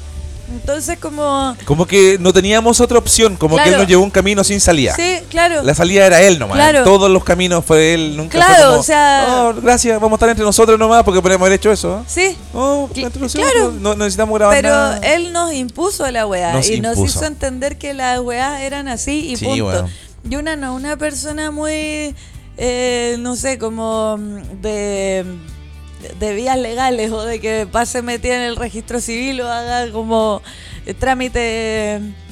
Speaker 5: Entonces como
Speaker 3: Como que no teníamos otra opción, como que él
Speaker 5: Claro.
Speaker 3: nos llevó un camino sin salida.
Speaker 5: sí, claro.
Speaker 3: La salida era él nomás.
Speaker 5: Claro.
Speaker 3: En todos los caminos fue él. Nunca fue
Speaker 5: Claro,
Speaker 3: como,
Speaker 5: o sea-
Speaker 3: "Oh, gracias, vamos a estar entre nosotros nomás porque podemos haber hecho eso. ¿eh?
Speaker 5: Sí.
Speaker 3: Oh,
Speaker 5: Cl-
Speaker 3: entre nosotros,
Speaker 5: claro.
Speaker 3: No, no necesitamos grabar
Speaker 5: Pero
Speaker 3: nada.
Speaker 5: él nos impuso la weá
Speaker 3: Nos
Speaker 5: y nos
Speaker 3: impuso.
Speaker 5: hizo entender que las weas eran así y
Speaker 3: Sí,
Speaker 5: punto.
Speaker 3: weón.
Speaker 5: Y una no, una persona muy, eh, no sé, como mm, de, de vías legales o de que pase metida en el registro civil o haga como eh, trámite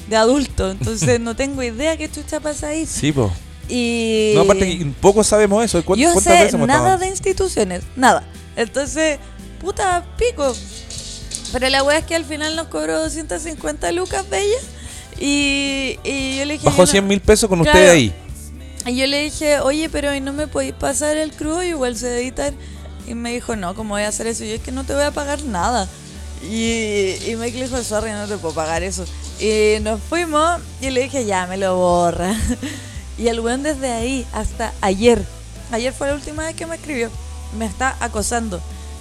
Speaker 5: de adulto. Entonces no tengo idea qué chucha pasa ahí.
Speaker 3: Sí, po.
Speaker 5: Y
Speaker 3: No, aparte que poco sabemos eso. ¿Cuántas,
Speaker 5: yo
Speaker 3: cuántas
Speaker 5: sé
Speaker 3: veces hemos
Speaker 5: nada
Speaker 3: estado?
Speaker 5: de instituciones, nada. Entonces, puta pico. Pero la wea es que al final nos cobró 250 lucas bella. Y, y yo le dije.
Speaker 3: Bajó
Speaker 5: no-
Speaker 3: 100 mil pesos con
Speaker 5: Claro.
Speaker 3: usted ahí.
Speaker 5: Y yo le dije, oye, pero hoy no me podéis pasar el crudo, igual se editar. Y me dijo, no, ¿cómo voy a hacer eso? Y yo es que no te voy a pagar nada. Y, y Mike le dijo, sorry, no te puedo pagar eso. Y nos fuimos y le dije, ya, me lo borra. Y el weón desde ahí hasta ayer, ayer fue la última vez que me escribió, me está acosando.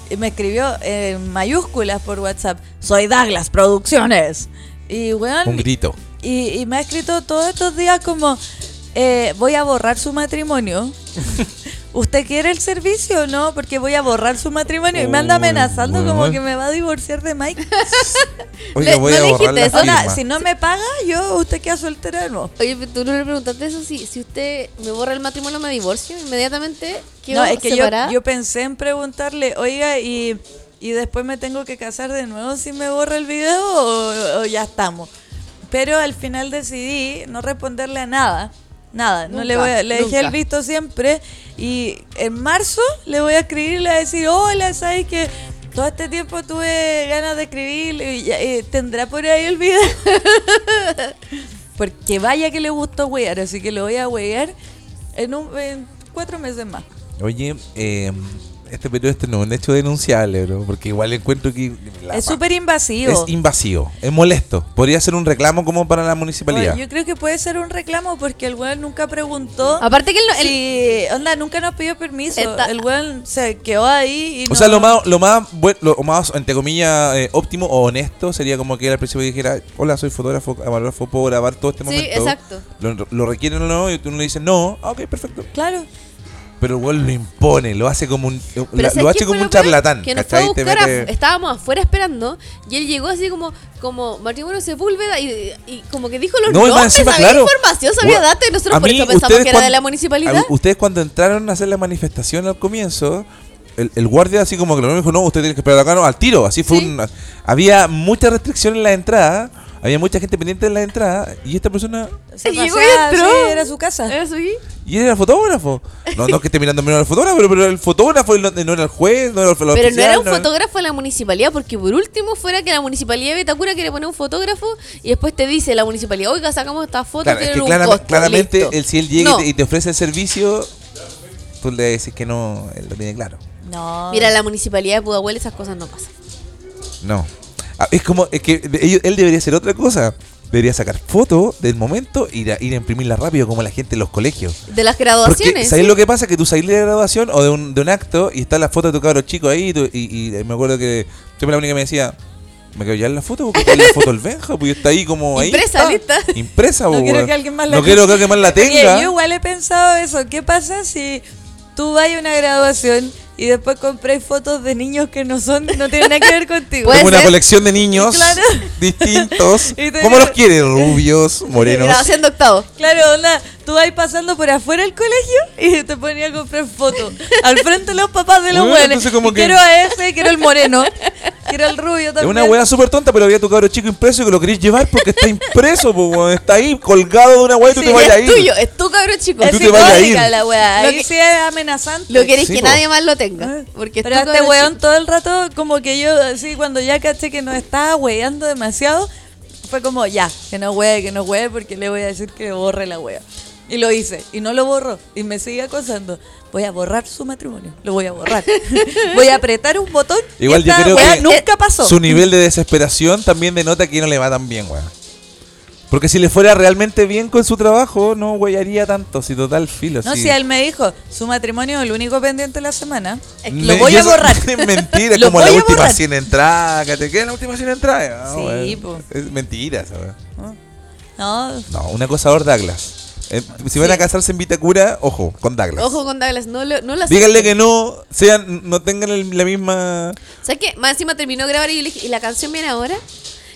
Speaker 5: Y me escribió en mayúsculas por WhatsApp, soy Douglas Producciones. Y weón,
Speaker 3: Un grito.
Speaker 5: y, y me ha escrito todos estos días como, eh, voy a borrar su matrimonio. ¿Usted quiere el servicio o no? Porque voy a borrar su matrimonio. Y me
Speaker 3: Uy,
Speaker 5: anda amenazando como
Speaker 3: weón.
Speaker 5: que me va a divorciar de Mike.
Speaker 3: Oiga,
Speaker 4: Le-
Speaker 3: voy
Speaker 4: no
Speaker 3: a
Speaker 4: dijiste
Speaker 3: borrar la
Speaker 4: eso,
Speaker 5: Ahora,
Speaker 3: firma.
Speaker 5: si no me paga, yo, usted queda soltera de nuevo.
Speaker 4: Oye, pero tú no le preguntaste eso, si, si usted me borra el matrimonio, me divorcio inmediatamente, ¿qué
Speaker 5: No, es que yo,
Speaker 4: separada?
Speaker 5: yo pensé en preguntarle, oiga, y, y después me tengo que casar de nuevo si me borra el video o, o ya estamos. Pero al final decidí no responderle a nada. Nada, no le voy a- le dejé
Speaker 4: nunca.
Speaker 5: el visto siempre y en marzo le voy a escribir, le voy a decir, hola, ¿sabes que todo este tiempo tuve ganas de escribir y ya- eh, tendrá por ahí el video? Porque vaya que le gustó huear, así que lo voy a huear en, un, en cuatro meses más.
Speaker 3: Oye, eh, este periodo este no es un hecho denunciable, bro. Porque igual encuentro que. la
Speaker 5: es
Speaker 3: pa-
Speaker 5: súper invasivo.
Speaker 3: Es invasivo, es molesto. Podría ser un reclamo como para la
Speaker 5: Oye,
Speaker 3: municipalidad.
Speaker 5: yo creo que puede ser un reclamo porque el weón nunca preguntó.
Speaker 4: Aparte que él no- él-
Speaker 5: si- onda, nunca nos pidió permiso.
Speaker 4: Está-
Speaker 5: El weón se quedó ahí y
Speaker 3: O
Speaker 5: no-
Speaker 3: sea, lo más, lo más, buen- lo más entre comillas, eh, óptimo o honesto sería como que él al principio dijera, hola, soy fotógrafo, camarógrafo, puedo grabar todo este
Speaker 4: Sí,
Speaker 3: momento.
Speaker 4: exacto.
Speaker 3: Lo, lo requieren o no, y uno le dice, no, ah, ok, perfecto.
Speaker 5: Claro.
Speaker 3: Pero el weón lo impone, lo hace como un, la-
Speaker 4: ¿sabes
Speaker 3: lo
Speaker 4: qué
Speaker 3: hace como
Speaker 4: fue
Speaker 3: un
Speaker 4: lo peor?
Speaker 3: charlatán,
Speaker 4: Que nos fue a
Speaker 3: ¿cachai? Te
Speaker 4: buscar af-
Speaker 3: mete-
Speaker 4: estábamos afuera esperando y él llegó así como, como Matrimonio Sepúlveda y, y como que dijo los
Speaker 3: y más
Speaker 4: nombres,
Speaker 3: encima,
Speaker 4: sabía
Speaker 3: claro.
Speaker 4: información, sabía
Speaker 3: Bueno,
Speaker 4: data y nosotros
Speaker 3: a
Speaker 4: por
Speaker 3: mí,
Speaker 4: eso pensamos
Speaker 3: ustedes
Speaker 4: que era de
Speaker 3: cuan-
Speaker 4: la municipalidad.
Speaker 3: a- ustedes cuando entraron a hacer la manifestación al comienzo, el, el guardia así como que lo mismo dijo, no, usted tiene que esperar acá, no, al tiro. Así fue
Speaker 4: Sí.
Speaker 3: un- Había mucha restricción en la entrada. Había mucha gente pendiente de la entrada y esta persona.
Speaker 5: Se
Speaker 4: Llegó y
Speaker 5: paseaba,
Speaker 4: entró. Eh.
Speaker 5: sí, era su casa.
Speaker 4: ¿Era su hija?
Speaker 3: Y él era fotógrafo. No, no que esté mirando menos al fotógrafo, pero, pero el fotógrafo él no, no era el juez, no era el
Speaker 4: Pero no era un fotógrafo de la municipalidad, porque por último fuera que la municipalidad de Betacura quiere poner un fotógrafo y después te dice la municipalidad, oiga, sacamos estas fotos,
Speaker 3: Claro, es
Speaker 4: tienen
Speaker 3: que
Speaker 4: un
Speaker 3: claramente,
Speaker 4: costo,
Speaker 3: claramente
Speaker 4: listo".
Speaker 3: él- si él llega y
Speaker 4: No,
Speaker 3: te- y te ofrece el servicio, tú le decís que no, él lo tiene claro.
Speaker 5: No.
Speaker 4: Mira, la municipalidad de Pudahuel esas cosas no pasan.
Speaker 3: No. Ah, es como, es que de- ellos- él debería hacer otra cosa. Debería sacar fotos del momento y ir a, ir a imprimirla rápido, como la gente en los colegios.
Speaker 4: De las
Speaker 3: Porque,
Speaker 4: graduaciones.
Speaker 3: ¿sabes lo que pasa? Que tú salís de la graduación o de un, de un acto y está la foto de tu cabro chico ahí y, tú- y- y me acuerdo que siempre la única que me decía, me quedo ya en la foto porque está en la foto del Benja, porque está ahí como ahí.
Speaker 4: Impresa,
Speaker 3: está.
Speaker 4: lista.
Speaker 3: Impresa,
Speaker 5: No
Speaker 3: po,
Speaker 5: quiero
Speaker 3: weón.
Speaker 5: que alguien más la
Speaker 3: Ah, No quiero que alguien más la
Speaker 5: Oye,
Speaker 3: tenga.
Speaker 5: yo igual he pensado eso. ¿Qué pasa si tú vas a una graduación y después compras fotos de niños que no son, no tienen nada que ver contigo?
Speaker 4: Puede
Speaker 3: Tengo una
Speaker 4: ser.
Speaker 3: colección de niños
Speaker 5: Claro.
Speaker 3: distintos.
Speaker 5: Y te
Speaker 3: ¿Cómo
Speaker 5: digo-
Speaker 3: los quiere? Rubios, morenos.
Speaker 4: Graduación de octavo.
Speaker 5: Claro, onda, tú vas pasando por afuera del colegio y te ponías a comprar fotos. Al frente de los papás de los
Speaker 3: Bueno,
Speaker 5: buenos.
Speaker 3: entonces como que-
Speaker 5: Quiero a ese, quiero el moreno, quiero el rubio
Speaker 3: Es
Speaker 5: también.
Speaker 3: una weá súper tonta, pero había tu cabro chico impreso y que lo querías llevar porque está impreso, po, weón. está ahí colgado de una weá y tú
Speaker 5: Sí,
Speaker 3: te
Speaker 4: es
Speaker 3: vayas a ir.
Speaker 4: tuyo, es tu cabrón chico.
Speaker 3: Y
Speaker 5: Es
Speaker 3: tú te vayas a
Speaker 5: psicótica
Speaker 3: ir.
Speaker 5: la weá.
Speaker 4: Lo
Speaker 5: Ahí
Speaker 4: que-
Speaker 5: sí es amenazante.
Speaker 4: Lo querés
Speaker 3: Sí,
Speaker 4: que
Speaker 3: po.
Speaker 4: nadie más lo tenga. Porque es
Speaker 5: Pero
Speaker 4: tu
Speaker 5: este
Speaker 4: cabro
Speaker 5: weón
Speaker 4: chico.
Speaker 5: todo el rato, como que yo, así, cuando ya caché que nos estaba weando demasiado, fue como, ya, que no wee, que no wee, porque le voy a decir que borre la wea. Y lo hice, y no lo borró, y me sigue acosando. Voy a borrar su matrimonio, lo voy a borrar. voy a apretar un botón.
Speaker 3: Igual
Speaker 5: y
Speaker 3: yo
Speaker 5: esta
Speaker 3: creo
Speaker 5: wea
Speaker 3: que
Speaker 5: nunca pasó.
Speaker 3: su nivel de desesperación también denota que no le va tan bien, weón. Porque si le fuera realmente bien con su trabajo, no wearía tanto, si total filo.
Speaker 5: No,
Speaker 3: si-
Speaker 5: si él me dijo, su matrimonio es el único pendiente de la semana.
Speaker 3: Me-
Speaker 5: lo voy
Speaker 3: y
Speaker 5: a
Speaker 3: eso-
Speaker 5: borrar.
Speaker 3: Es mentira, es
Speaker 5: Lo
Speaker 3: como la
Speaker 5: voy a
Speaker 3: última
Speaker 5: borrar.
Speaker 3: 100 entradas. que te queda la última 100 entradas? No,
Speaker 5: Sí,
Speaker 3: weón.
Speaker 5: po.
Speaker 3: Es mentira, esa weá.
Speaker 5: No,
Speaker 3: No, un acosador Douglas. Eh, si van a casarse en Vitacura, ojo, con Douglas.
Speaker 4: Ojo con Douglas, no, lo- no lo
Speaker 3: Díganle que no sean, no tengan el- la misma.
Speaker 4: ¿Sabes qué? Más encima terminó de grabar y yo le dije, ¿y la canción viene ahora?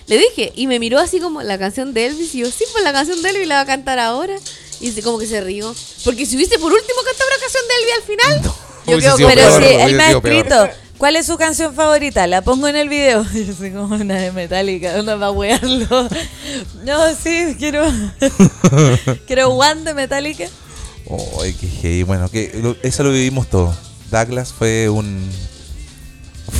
Speaker 4: Le dije, y me miró así como la canción de Elvis. Y yo, sí, pues la canción de Elvis la va a cantar ahora. Y se- como que se rió. Porque si hubiese por último cantado una canción de Elvis al final, yo
Speaker 3: hubiese
Speaker 4: creo
Speaker 3: sido
Speaker 4: que
Speaker 5: pero
Speaker 3: peor,
Speaker 5: sí,
Speaker 3: hubiese
Speaker 5: él me ha
Speaker 3: sido peor.
Speaker 5: escrito. ¿Cuál es su canción favorita? La pongo en el video. Yo soy como una de Metallica, una para wearlo. No, sí, quiero. quiero One de Metallica.
Speaker 3: Ay, qué heavy. Bueno, que lo- eso lo vivimos todo. Douglas fue un.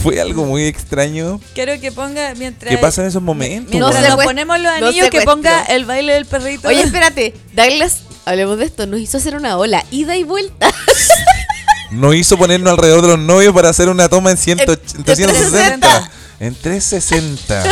Speaker 3: Fue algo muy extraño.
Speaker 5: Quiero que ponga mientras.
Speaker 3: ¿Qué pasa en esos momentos?
Speaker 5: mientras
Speaker 4: No
Speaker 3: weón?
Speaker 4: se
Speaker 5: nos
Speaker 4: cuest-
Speaker 5: ponemos los
Speaker 4: no
Speaker 5: anillos, que
Speaker 4: secuestro.
Speaker 5: ponga el baile del perrito.
Speaker 4: Oye, espérate, Douglas, hablemos de esto, nos hizo hacer una ola, ida y vuelta.
Speaker 3: Nos hizo ponernos alrededor de los novios para hacer una toma en, 180
Speaker 4: En 360.
Speaker 3: En 360.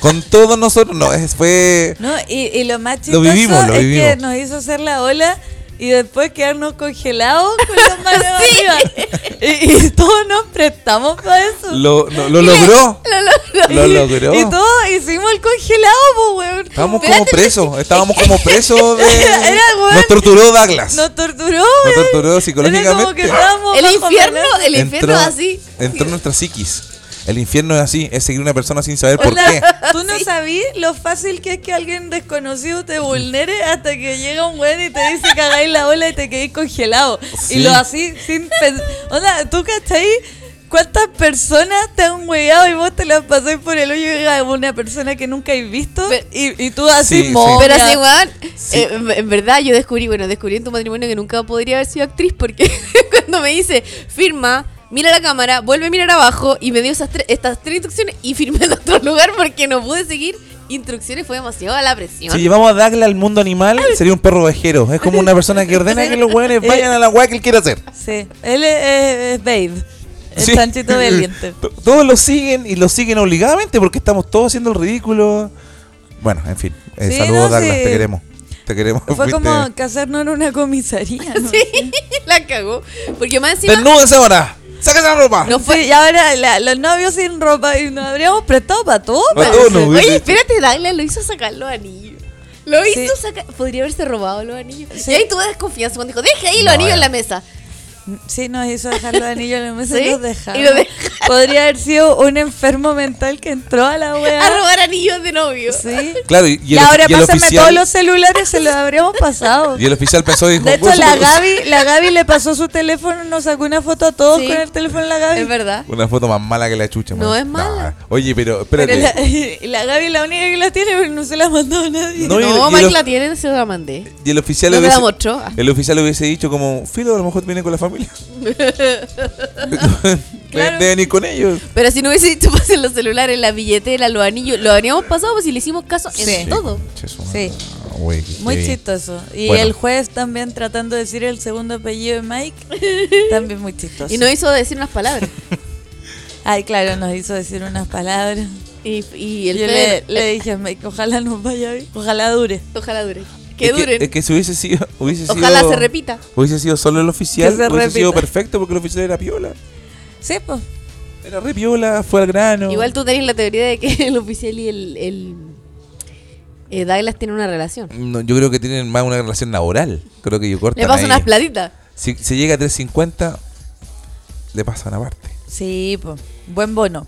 Speaker 3: Con todos nosotros. No, es- fue.
Speaker 5: No, y, y lo más
Speaker 3: Lo
Speaker 5: chistoso
Speaker 3: vivimos, lo
Speaker 5: es que
Speaker 3: vivimos.
Speaker 5: nos hizo hacer la ola y después quedarnos congelados con las manos
Speaker 4: Sí.
Speaker 5: arriba. Y, y todos nos prestamos para eso.
Speaker 3: Lo, lo- lo logró.
Speaker 4: Lo
Speaker 3: Lo
Speaker 4: logró.
Speaker 3: logró.
Speaker 5: Y todos hicimos el congelado, pues, weón.
Speaker 3: Estábamos
Speaker 5: Como-
Speaker 3: como presos, estábamos como presos de...
Speaker 5: Era- era, weón.
Speaker 3: Nos torturó Douglas.
Speaker 5: Nos torturó,
Speaker 3: Nos
Speaker 5: weón.
Speaker 3: torturó
Speaker 5: Era como que
Speaker 3: psicológicamente.
Speaker 5: estábamos
Speaker 4: El
Speaker 5: bajo
Speaker 4: infierno,
Speaker 5: amenaza.
Speaker 4: el infierno es así.
Speaker 3: Entró en nuestra psiquis. El infierno es así, es seguir una persona sin saber por
Speaker 5: Onda,
Speaker 3: qué.
Speaker 5: Tú no sabías lo fácil que es que alguien desconocido te vulnere hasta que llega un weón y te dice cagáis la ola y te quedáis congelado.
Speaker 3: Sí.
Speaker 5: Y lo así sin pensar. Onda, tú cachai cuántas personas te han hueveado y vos te las pasáis por el hoyo y llega una persona que nunca has visto
Speaker 4: Pero-
Speaker 5: y, y tú así
Speaker 3: Sí, sí.
Speaker 5: mona.
Speaker 4: Pero así, weón,
Speaker 3: Sí.
Speaker 4: eh, en- en verdad yo descubrí, bueno, descubrí en tu matrimonio que nunca podría haber sido actriz porque cuando me dice, firma, mira la cámara, vuelve a mirar abajo y me dio esas tres- estas tres instrucciones y firmé en otro lugar porque no pude seguir instrucciones, fue demasiado la presión.
Speaker 3: Si llevamos a Douglas al mundo animal, sería un perro vejero. Es como una persona que ordena que los hueones vayan a la hueá que él quiere hacer.
Speaker 5: Sí, él es, es- es Babe, el
Speaker 3: Sí.
Speaker 5: chanchito valiente.
Speaker 3: T- Todos lo siguen y lo siguen obligadamente porque estamos todos haciendo el ridículo. Bueno, en fin. Eh,
Speaker 5: Sí,
Speaker 3: saludos,
Speaker 5: no,
Speaker 3: Douglas,
Speaker 5: sí.
Speaker 3: te queremos. Te queremos.
Speaker 5: Fue
Speaker 3: fuiste-
Speaker 5: como casarnos en una comisaría. ¿no?
Speaker 4: Sí, la cagó. Porque más encima...
Speaker 3: ¡Desnúdense ahora! ¡Sáquense la ropa!
Speaker 4: No fue-
Speaker 5: Sí, y ahora la- los novios sin ropa y nos habríamos prestado para todo.
Speaker 3: Pa'
Speaker 5: parece.
Speaker 3: todo, ¿no?
Speaker 4: Oye, espérate, Douglas lo hizo sacar los anillos. Lo
Speaker 5: Sí.
Speaker 4: hizo sacar. Podría haberse robado los anillos.
Speaker 5: Sí.
Speaker 4: Y ahí tuve desconfianza cuando dijo: Deja ahí los
Speaker 3: No,
Speaker 4: anillos
Speaker 3: ya.
Speaker 4: en la mesa.
Speaker 5: Sí, nos pues. hizo dejar los anillos en la mesa
Speaker 4: ¿Sí?
Speaker 5: y los dejamos.
Speaker 4: Y lo dejamos.
Speaker 5: Podría haber sido un enfermo mental que entró a la
Speaker 4: A
Speaker 5: wea.
Speaker 4: robar anillos de novio.
Speaker 5: Sí.
Speaker 3: Claro, y,
Speaker 5: Y,
Speaker 3: el,
Speaker 5: ahora
Speaker 3: y el
Speaker 5: pásame
Speaker 3: oficial,
Speaker 5: todos los celulares, se los habríamos pasado.
Speaker 3: Y el oficial pensó y dijo,
Speaker 5: De hecho,
Speaker 3: "Bueno,
Speaker 5: la
Speaker 3: una-
Speaker 5: Gaby, la Gaby le pasó su teléfono, nos sacó una foto a todos
Speaker 4: Sí.
Speaker 5: con el teléfono de la Gaby.
Speaker 4: Es verdad.
Speaker 3: Una foto más mala que la chucha.
Speaker 4: No
Speaker 3: man.
Speaker 4: es mala.
Speaker 3: Nah. Oye, pero espérate.
Speaker 5: Pero la, y la Gaby es la única que la tiene, pero no se la mandó a nadie.
Speaker 3: No, y-
Speaker 4: No,
Speaker 3: y
Speaker 4: Mike
Speaker 3: los-
Speaker 4: la tiene, se la mandé.
Speaker 3: Y el oficial
Speaker 4: No me la
Speaker 3: hubiese,
Speaker 4: mostró. Ah.
Speaker 3: el oficial hubiese dicho como, Filo, a lo mejor viene con la familia. Deben-
Speaker 5: Claro.
Speaker 3: Deben ir con ellos.
Speaker 4: Pero si no hubiese dicho pasen los celulares, la billetera, los anillos, lo habríamos pasado pues si le hicimos caso
Speaker 5: Sí.
Speaker 4: en todo.
Speaker 5: Sí. Muy chistoso. Y
Speaker 3: Bueno.
Speaker 5: el juez también tratando de decir el segundo apellido de Mike, también muy chistoso.
Speaker 4: Y no hizo decir unas palabras.
Speaker 5: Ay, claro, nos hizo decir unas palabras.
Speaker 4: Y, y el
Speaker 5: Yo
Speaker 4: Fede,
Speaker 5: le, le dije a Mike, ojalá nos vaya bien, ojalá dure.
Speaker 4: ojalá dure. Que
Speaker 3: es
Speaker 4: duren.
Speaker 3: Que, es que si hubiese sido, hubiese
Speaker 4: Ojalá
Speaker 3: sido-
Speaker 4: se repita.
Speaker 3: Hubiese sido solo el oficial,
Speaker 5: Que se
Speaker 3: hubiese sido
Speaker 5: repita.
Speaker 3: perfecto porque el oficial era piola.
Speaker 5: Sí, pues.
Speaker 3: Era re piola, fue al grano.
Speaker 4: Igual tú tenés la teoría de que el oficial y el, el eh, Douglas tienen una relación.
Speaker 3: No, yo creo que tienen más una relación laboral. Creo que yo corto.
Speaker 4: Le pasa unas platitas.
Speaker 3: Si, si llega a 350, le pasan aparte.
Speaker 5: Sí, pues. Buen bono.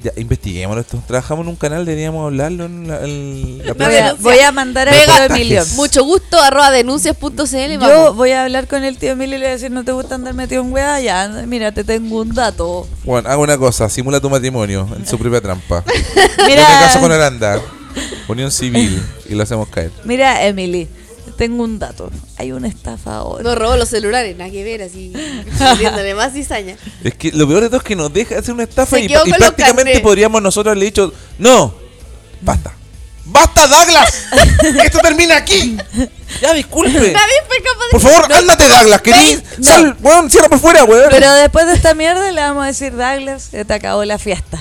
Speaker 3: Ya, investiguémoslo esto. Trabajamos en un canal, deberíamos hablarlo en la, en la
Speaker 4: No,
Speaker 5: Voy
Speaker 3: plaza.
Speaker 5: a,
Speaker 4: denuncia.
Speaker 5: voy a mandar a
Speaker 3: Vega.
Speaker 5: tío Emilio.
Speaker 3: Reportajes.
Speaker 4: Mucho gusto, arroba denuncias.cl.
Speaker 5: Yo
Speaker 4: vamos.
Speaker 5: voy a hablar con el tío Emilio y le voy a decir, no te gusta andar metido en weá, ya, mira, te tengo un dato.
Speaker 3: Bueno, hago una cosa, simula tu matrimonio en su propia trampa. Yo me caso con
Speaker 5: Mira,
Speaker 3: Aranda, unión civil, y lo hacemos caer.
Speaker 5: mira, Emily, tengo un dato. Hay un estafador.
Speaker 4: No robó los celulares, nada que ver, así. metiéndole más cizaña.
Speaker 3: Es que lo peor de todo es que nos deja hacer una estafa
Speaker 4: Se
Speaker 3: y,
Speaker 4: quedó
Speaker 3: y
Speaker 4: con los
Speaker 3: prácticamente
Speaker 4: carnés.
Speaker 3: podríamos nosotros haberle dicho, no, basta. ¡Basta, Douglas! ¡Esto termina aquí! Ya, disculpe.
Speaker 4: Nadie fue capaz de.
Speaker 3: Por favor, ándate, Douglas, querido.
Speaker 5: no.
Speaker 3: Sal, weón, cierra por fuera, weón.
Speaker 5: Pero después de esta mierda le vamos a decir, Douglas, se te acabó la fiesta.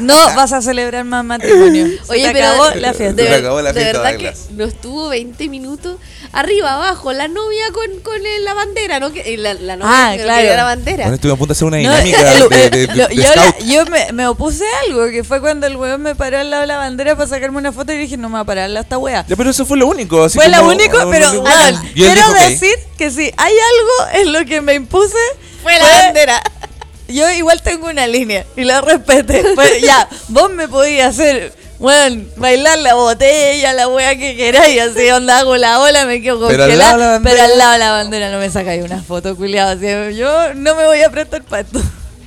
Speaker 5: No vas a celebrar más matrimonio. Se
Speaker 4: Oye,
Speaker 5: te
Speaker 4: pero
Speaker 5: acabó
Speaker 4: de-
Speaker 5: la fiesta.
Speaker 4: De,
Speaker 3: Se
Speaker 4: ver-
Speaker 3: acabó la
Speaker 4: de
Speaker 3: fiesta,
Speaker 4: verdad que
Speaker 3: Douglas.
Speaker 4: nos tuvo 20 minutos arriba, abajo, la novia con, con eh, la bandera, ¿no? Que- eh, La, la novia
Speaker 5: Ah,
Speaker 4: que no
Speaker 5: claro.
Speaker 4: quería la bandera.
Speaker 3: Bueno, estuve a punto de hacer una
Speaker 5: No, eh,
Speaker 3: dinámica
Speaker 5: el-
Speaker 3: de, de- de-
Speaker 5: lo-
Speaker 3: de
Speaker 5: yo
Speaker 3: scout.
Speaker 5: la- yo me, me opuse a algo, que fue cuando el weón me paró al lado de la bandera para sacarme una foto y dije, no me va a pararla esta wea.
Speaker 3: Ya, pero eso fue lo único. así
Speaker 5: Fue lo
Speaker 3: como-
Speaker 5: único,
Speaker 3: ah,
Speaker 5: pero
Speaker 3: lo único.
Speaker 5: weón,
Speaker 3: Y él
Speaker 5: quiero
Speaker 3: dijo, "Ok".
Speaker 5: decir que si hay algo en lo que me impuse,
Speaker 4: Fue la bandera.
Speaker 5: yo igual tengo una línea y la respete. Pues ya, vos me podías hacer, weón, bailar la botella, la wea que queráis, así onda hago la ola, me quedo
Speaker 3: Pero al lado de la
Speaker 5: congelada.
Speaker 3: bandera.
Speaker 5: Pero al lado de la bandera no me sacáis una foto, culiado. Así, yo no me voy a prestar para esto.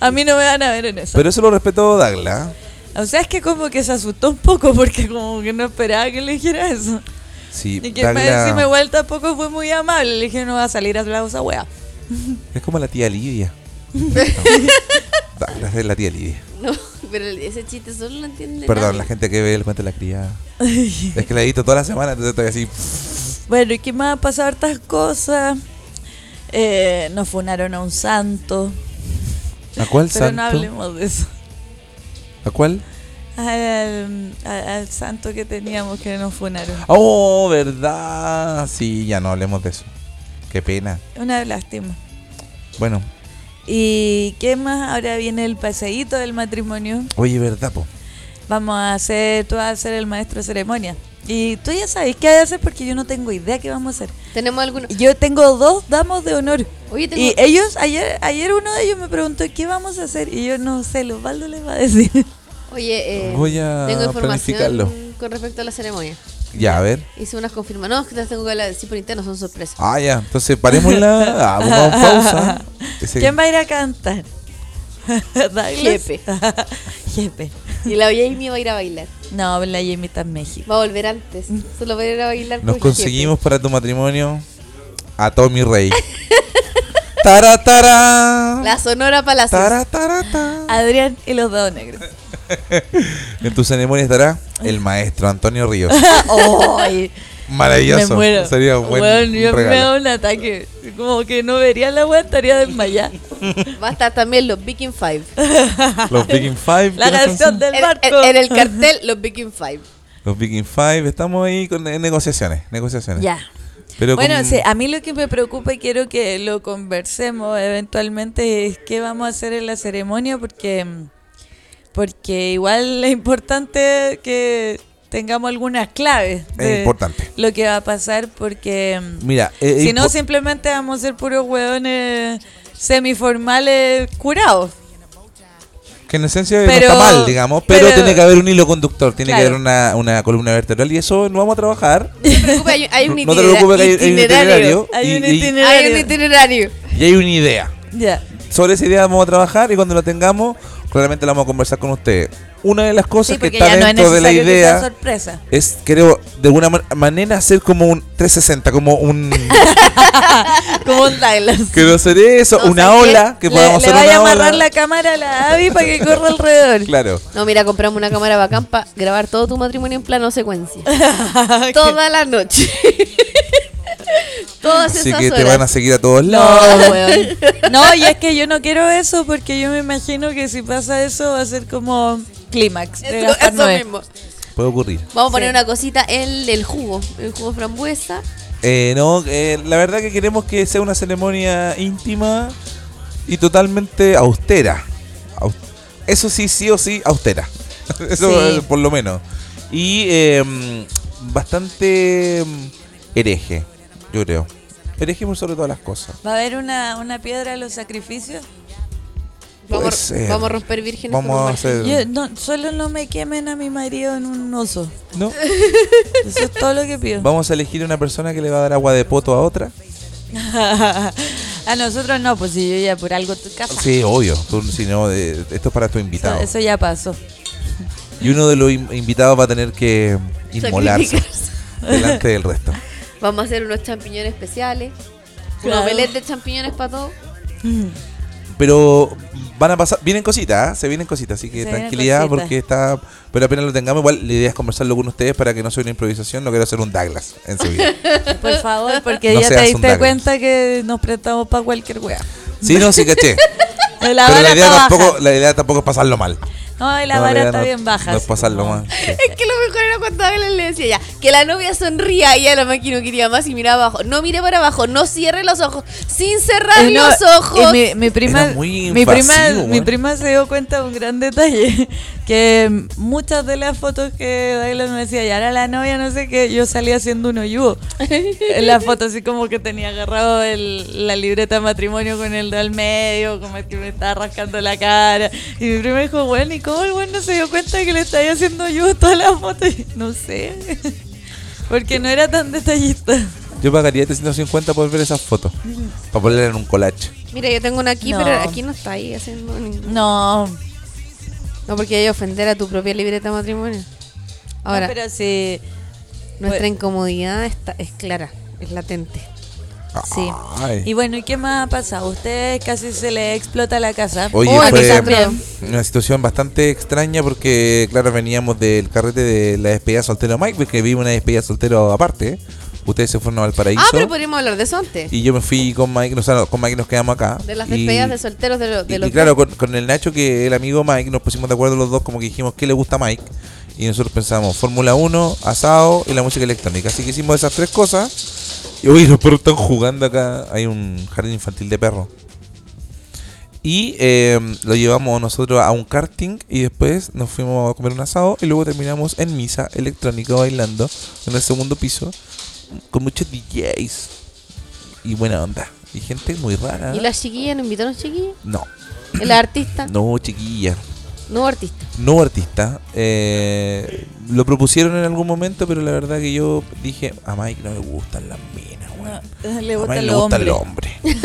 Speaker 5: A mí no me van a ver en eso.
Speaker 3: Pero eso lo respetó Douglas.
Speaker 5: o sea, es que como que se asustó un poco porque como que no esperaba que le dijera eso.
Speaker 3: Sí,
Speaker 5: Y que me
Speaker 3: Douglas-
Speaker 5: encima igual tampoco fue muy amable. Le dije, no va a salir a la esa wea.
Speaker 3: Es como la tía Lidia. No. Douglas es la tía Lidia.
Speaker 4: No, pero ese chiste solo lo entiende.
Speaker 3: Perdón,
Speaker 4: nadie.
Speaker 3: la gente que ve el cuento de la criada. es que la he visto toda la semana, entonces estoy así. pff,
Speaker 5: Bueno, ¿y qué más ha pasado? Hartas cosas. Eh, nos funaron a un santo.
Speaker 3: ¿A cuál
Speaker 5: Pero no
Speaker 3: santo?
Speaker 5: hablemos de eso.
Speaker 3: ¿A cuál?
Speaker 5: Al, al- al santo que teníamos que nos funaron.
Speaker 3: Oh, verdad. Sí, ya no hablemos de eso. Qué pena.
Speaker 5: Una lástima.
Speaker 3: Bueno,
Speaker 5: ¿Y qué más? Ahora viene el paseíto del matrimonio.
Speaker 3: oye, verdad, po.
Speaker 5: Vamos a hacer, tú vas a ser el maestro de ceremonia. Y tú ya sabes qué hay que hacer porque yo no tengo idea qué vamos a hacer.
Speaker 4: Tenemos algunos.
Speaker 5: Yo tengo dos damos de honor.
Speaker 4: Oye, tengo-
Speaker 5: Y ellos, ayer, ayer uno de ellos me preguntó qué vamos a hacer. Y yo no sé, los Osvaldo les va a decir.
Speaker 4: Oye, eh,
Speaker 3: Voy a
Speaker 4: tengo
Speaker 3: planificarlo.
Speaker 4: información con respecto a la ceremonia.
Speaker 3: Ya, a ver.
Speaker 4: Hice unas confirmas. No, es que las tengo que hablar sí, por interno, son sorpresas.
Speaker 3: Ah, ya. Entonces, parémosla. Ah, pongamos pausa. Ese-
Speaker 5: ¿Quién va a ir a cantar? Douglas.
Speaker 4: Jepe.
Speaker 5: Jepe.
Speaker 4: Y la Jamie va a ir a bailar.
Speaker 5: No, la Jamie está en México.
Speaker 4: Va a volver antes.
Speaker 5: Mm.
Speaker 4: Solo va a ir a bailar.
Speaker 3: Nos
Speaker 4: con jefe.
Speaker 3: conseguimos para tu matrimonio a Tommy Rey. Tara, tara.
Speaker 4: La Sonora Palacios.
Speaker 3: Tara, tara, ta.
Speaker 5: Adrián y los dados negros.
Speaker 3: En tu ceremonia estará el maestro Antonio Ríos.
Speaker 5: Ay,
Speaker 3: Maravilloso.
Speaker 5: Me muero.
Speaker 3: Sería un buen
Speaker 5: Bueno, yo me
Speaker 3: regalo.
Speaker 5: da un ataque. Como que no vería la wea, estaría desmayada.
Speaker 4: Va a estar también los Viking Five.
Speaker 3: Los Viking Five.
Speaker 5: La
Speaker 3: ¿qué nos
Speaker 5: canción
Speaker 3: hacen?
Speaker 5: del
Speaker 4: En-
Speaker 5: barco.
Speaker 4: En, en el cartel, los Viking Five.
Speaker 3: Los Viking Five. Estamos ahí con, en negociaciones. Negociaciones.
Speaker 5: Ya.
Speaker 3: Pero
Speaker 5: Bueno, ah,
Speaker 3: con-
Speaker 5: sí, a mí lo que me preocupa y quiero que lo conversemos eventualmente es qué vamos a hacer en la mm, ceremonia porque porque igual es importante que tengamos algunas claves.
Speaker 3: Es importante.
Speaker 5: Lo que va a pasar porque... mm,
Speaker 3: Mira, eh,
Speaker 5: si
Speaker 3: eh,
Speaker 5: no,
Speaker 3: po-
Speaker 5: simplemente vamos a ser puros hueones semiformales curados.
Speaker 3: que en esencia no
Speaker 5: pero-
Speaker 3: está mal, digamos, pero,
Speaker 5: pero-
Speaker 3: tiene que haber un hilo conductor, tiene que
Speaker 5: Claro.
Speaker 3: haber una, una columna vertebral y eso no vamos a trabajar.
Speaker 4: No te preocupes, hay, hay un
Speaker 3: No te preocupes que hay- hay un itinerario.
Speaker 5: Hay
Speaker 3: Y-
Speaker 5: un
Speaker 3: y-
Speaker 5: itinerario.
Speaker 4: Hay un itinerario.
Speaker 3: Y hay una idea.
Speaker 5: Ya.
Speaker 3: Sobre esa idea vamos a trabajar y cuando la tengamos, claramente la vamos a conversar con ustedes. Una de las cosas
Speaker 5: Sí,
Speaker 3: que
Speaker 5: porque
Speaker 3: está
Speaker 5: ya no es
Speaker 3: dentro de la
Speaker 5: necesario que sea
Speaker 3: idea
Speaker 5: sorpresa.
Speaker 3: es, creo, de alguna man- manera hacer como un 360, como un...
Speaker 5: Como un Douglas.
Speaker 3: que no ser eso,
Speaker 4: No,
Speaker 3: una
Speaker 4: ¿sabes qué?
Speaker 3: ola, que
Speaker 5: Le,
Speaker 3: podamos
Speaker 5: le
Speaker 3: hacer
Speaker 5: vaya a
Speaker 3: una
Speaker 5: amarrar
Speaker 3: ola.
Speaker 5: la cámara a la Abby para que corra alrededor.
Speaker 3: Claro.
Speaker 4: No, mira, compramos una cámara bacán para grabar todo tu matrimonio en plano secuencia. Toda la noche. Todas
Speaker 3: Así
Speaker 4: esas
Speaker 3: que te
Speaker 4: horas.
Speaker 3: van a seguir a todos
Speaker 5: No,
Speaker 3: lados.
Speaker 5: weón. No, y es que yo no quiero eso porque yo me imagino que si pasa eso va a ser como clímax. de
Speaker 4: Eso,
Speaker 5: Gaspar
Speaker 4: eso
Speaker 5: Noé.
Speaker 4: mismo.
Speaker 3: Puede ocurrir.
Speaker 4: Vamos a poner una cosita, el, el jugo, el jugo frambuesa.
Speaker 3: Eh, no, eh, la verdad que queremos que sea una ceremonia íntima y totalmente austera. Au- Eso sí, sí o sí, austera. Eso
Speaker 5: Sí.
Speaker 3: eh, por lo menos. Y eh, mm, bastante mm, hereje, yo creo. Hereje por sobre todas las cosas.
Speaker 5: ¿Va a haber una, una piedra a los sacrificios?
Speaker 3: Puede
Speaker 4: Vamos,
Speaker 3: ser.
Speaker 4: vamos a romper vírgenes.
Speaker 3: Vamos
Speaker 4: con un
Speaker 3: a
Speaker 4: margen.
Speaker 3: hacer...
Speaker 5: Yo, no, solo no me quemen a mi marido en un oso.
Speaker 3: ¿no?
Speaker 5: Eso es todo lo que pido.
Speaker 3: Vamos a elegir una persona que le va a dar agua de poto a otra.
Speaker 5: a nosotros no, pues si yo ya por algo tu casa.
Speaker 3: Sí, obvio. Tú, si no, eh, esto es para tu
Speaker 5: Eso,
Speaker 3: invitado.
Speaker 5: eso ya pasó.
Speaker 3: Y uno de los in- invitados va a tener que inmolarse
Speaker 4: Sacrificarse.
Speaker 3: delante del resto.
Speaker 4: Vamos a hacer unos champiñones especiales.
Speaker 5: Claro.
Speaker 4: Unos velés de champiñones para todos.
Speaker 3: Pero van a pasar, vienen cositas, ¿ah? se vienen cositas, así que
Speaker 5: Se vienen
Speaker 3: tranquilidad
Speaker 5: cositas.
Speaker 3: porque está, pero apenas lo tengamos, igual la idea es conversarlo con ustedes para que no sea una improvisación, no quiero hacer un Douglas en su vida.
Speaker 5: Por favor, porque
Speaker 3: No
Speaker 5: ya te
Speaker 3: seas un
Speaker 5: diste
Speaker 3: Douglas.
Speaker 5: cuenta que nos prestamos para cualquier wea.
Speaker 3: Sí, no, sí caché.
Speaker 5: La
Speaker 3: pero
Speaker 5: vara
Speaker 3: la idea,
Speaker 5: está
Speaker 3: tampoco,
Speaker 5: baja.
Speaker 3: la idea tampoco es pasarlo mal.
Speaker 5: No, y la
Speaker 3: No,
Speaker 5: vara
Speaker 3: idea
Speaker 5: está
Speaker 3: no-
Speaker 5: bien baja.
Speaker 3: No es
Speaker 5: así
Speaker 3: pasarlo
Speaker 5: como-
Speaker 3: mal.
Speaker 4: Es que lo mejor era cuando Ángel le decía ya que la novia sonría y a la máquina no quería más y miraba abajo. No mire para abajo, no cierre los ojos. Sin cerrar
Speaker 5: Y no,
Speaker 4: los ojos.
Speaker 5: y mi, mi prima,
Speaker 3: Era muy
Speaker 5: mi, prima
Speaker 3: invasivo,
Speaker 5: mi
Speaker 3: weón.
Speaker 5: prima se dio cuenta de un gran detalle. Que muchas de las fotos que Douglas me decía, y ahora la novia, no sé qué, yo salía haciendo un hoyugo. En la foto, así como que tenía agarrado el- la libreta de matrimonio con el del medio, como el que me estaba rascando la cara. Y mi prima dijo, bueno, ¿y cómo el weón no se dio cuenta que le estaba haciendo hoyugo todas las fotos? Y No sé. Porque no era tan detallista.
Speaker 3: Yo pagaría 350 por ver esas fotos, para ponerla en un collage.
Speaker 4: Mira, yo tengo una aquí,
Speaker 5: No.
Speaker 4: pero aquí no está ahí haciendo ningún.
Speaker 5: No,
Speaker 4: No, porque hay que ofender a tu propia libreta de matrimonio. Ahora,
Speaker 5: No, pero sí.
Speaker 4: nuestra
Speaker 5: pues-
Speaker 4: incomodidad está, es clara, es latente.
Speaker 5: Sí.
Speaker 3: Ay.
Speaker 5: Y bueno, ¿y qué más ha pasado? A Ustedes casi se les explota la casa.
Speaker 3: Oye,
Speaker 4: Oh,
Speaker 3: fue
Speaker 4: aquí también.
Speaker 3: una situación bastante extraña porque, claro, veníamos del carrete de la despedida soltero de Mike, porque vimos una despedida soltero aparte. Ustedes se fueron al paraíso.
Speaker 4: Ah, pero podríamos hablar de eso antes.
Speaker 3: Y yo me fui con Mike, no, o sea, no, con Mike nos quedamos acá.
Speaker 4: De las
Speaker 3: Y-
Speaker 4: despedidas de solteros de, lo- de
Speaker 3: y-
Speaker 4: los.
Speaker 3: y claro, con, con el Nacho, que el amigo Mike, nos pusimos de acuerdo los dos, como que dijimos qué le gusta a Mike. Y nosotros pensamos Fórmula 1, asado y la música electrónica. Así que hicimos esas tres cosas. Y hoy los perros están jugando acá. Hay un jardín infantil de perros. Y eh, lo llevamos nosotros a un karting y después nos fuimos a comer un asado y luego terminamos en misa electrónica bailando en el segundo piso con muchos DJs y buena onda. Y gente muy rara.
Speaker 4: ¿Y las chiquillas no invitaron chiquillas?
Speaker 3: No,
Speaker 4: ¿Y las artistas? No,
Speaker 3: no, chiquilla.
Speaker 4: artistas.
Speaker 3: No artista. eh, lo propusieron en algún momento, pero la verdad que yo dije, a Mike no le gustan las minas, weón.
Speaker 5: Ah, Le
Speaker 3: A Mike
Speaker 5: gustan
Speaker 3: le
Speaker 5: los
Speaker 3: gustan
Speaker 5: hombres.
Speaker 3: los hombres.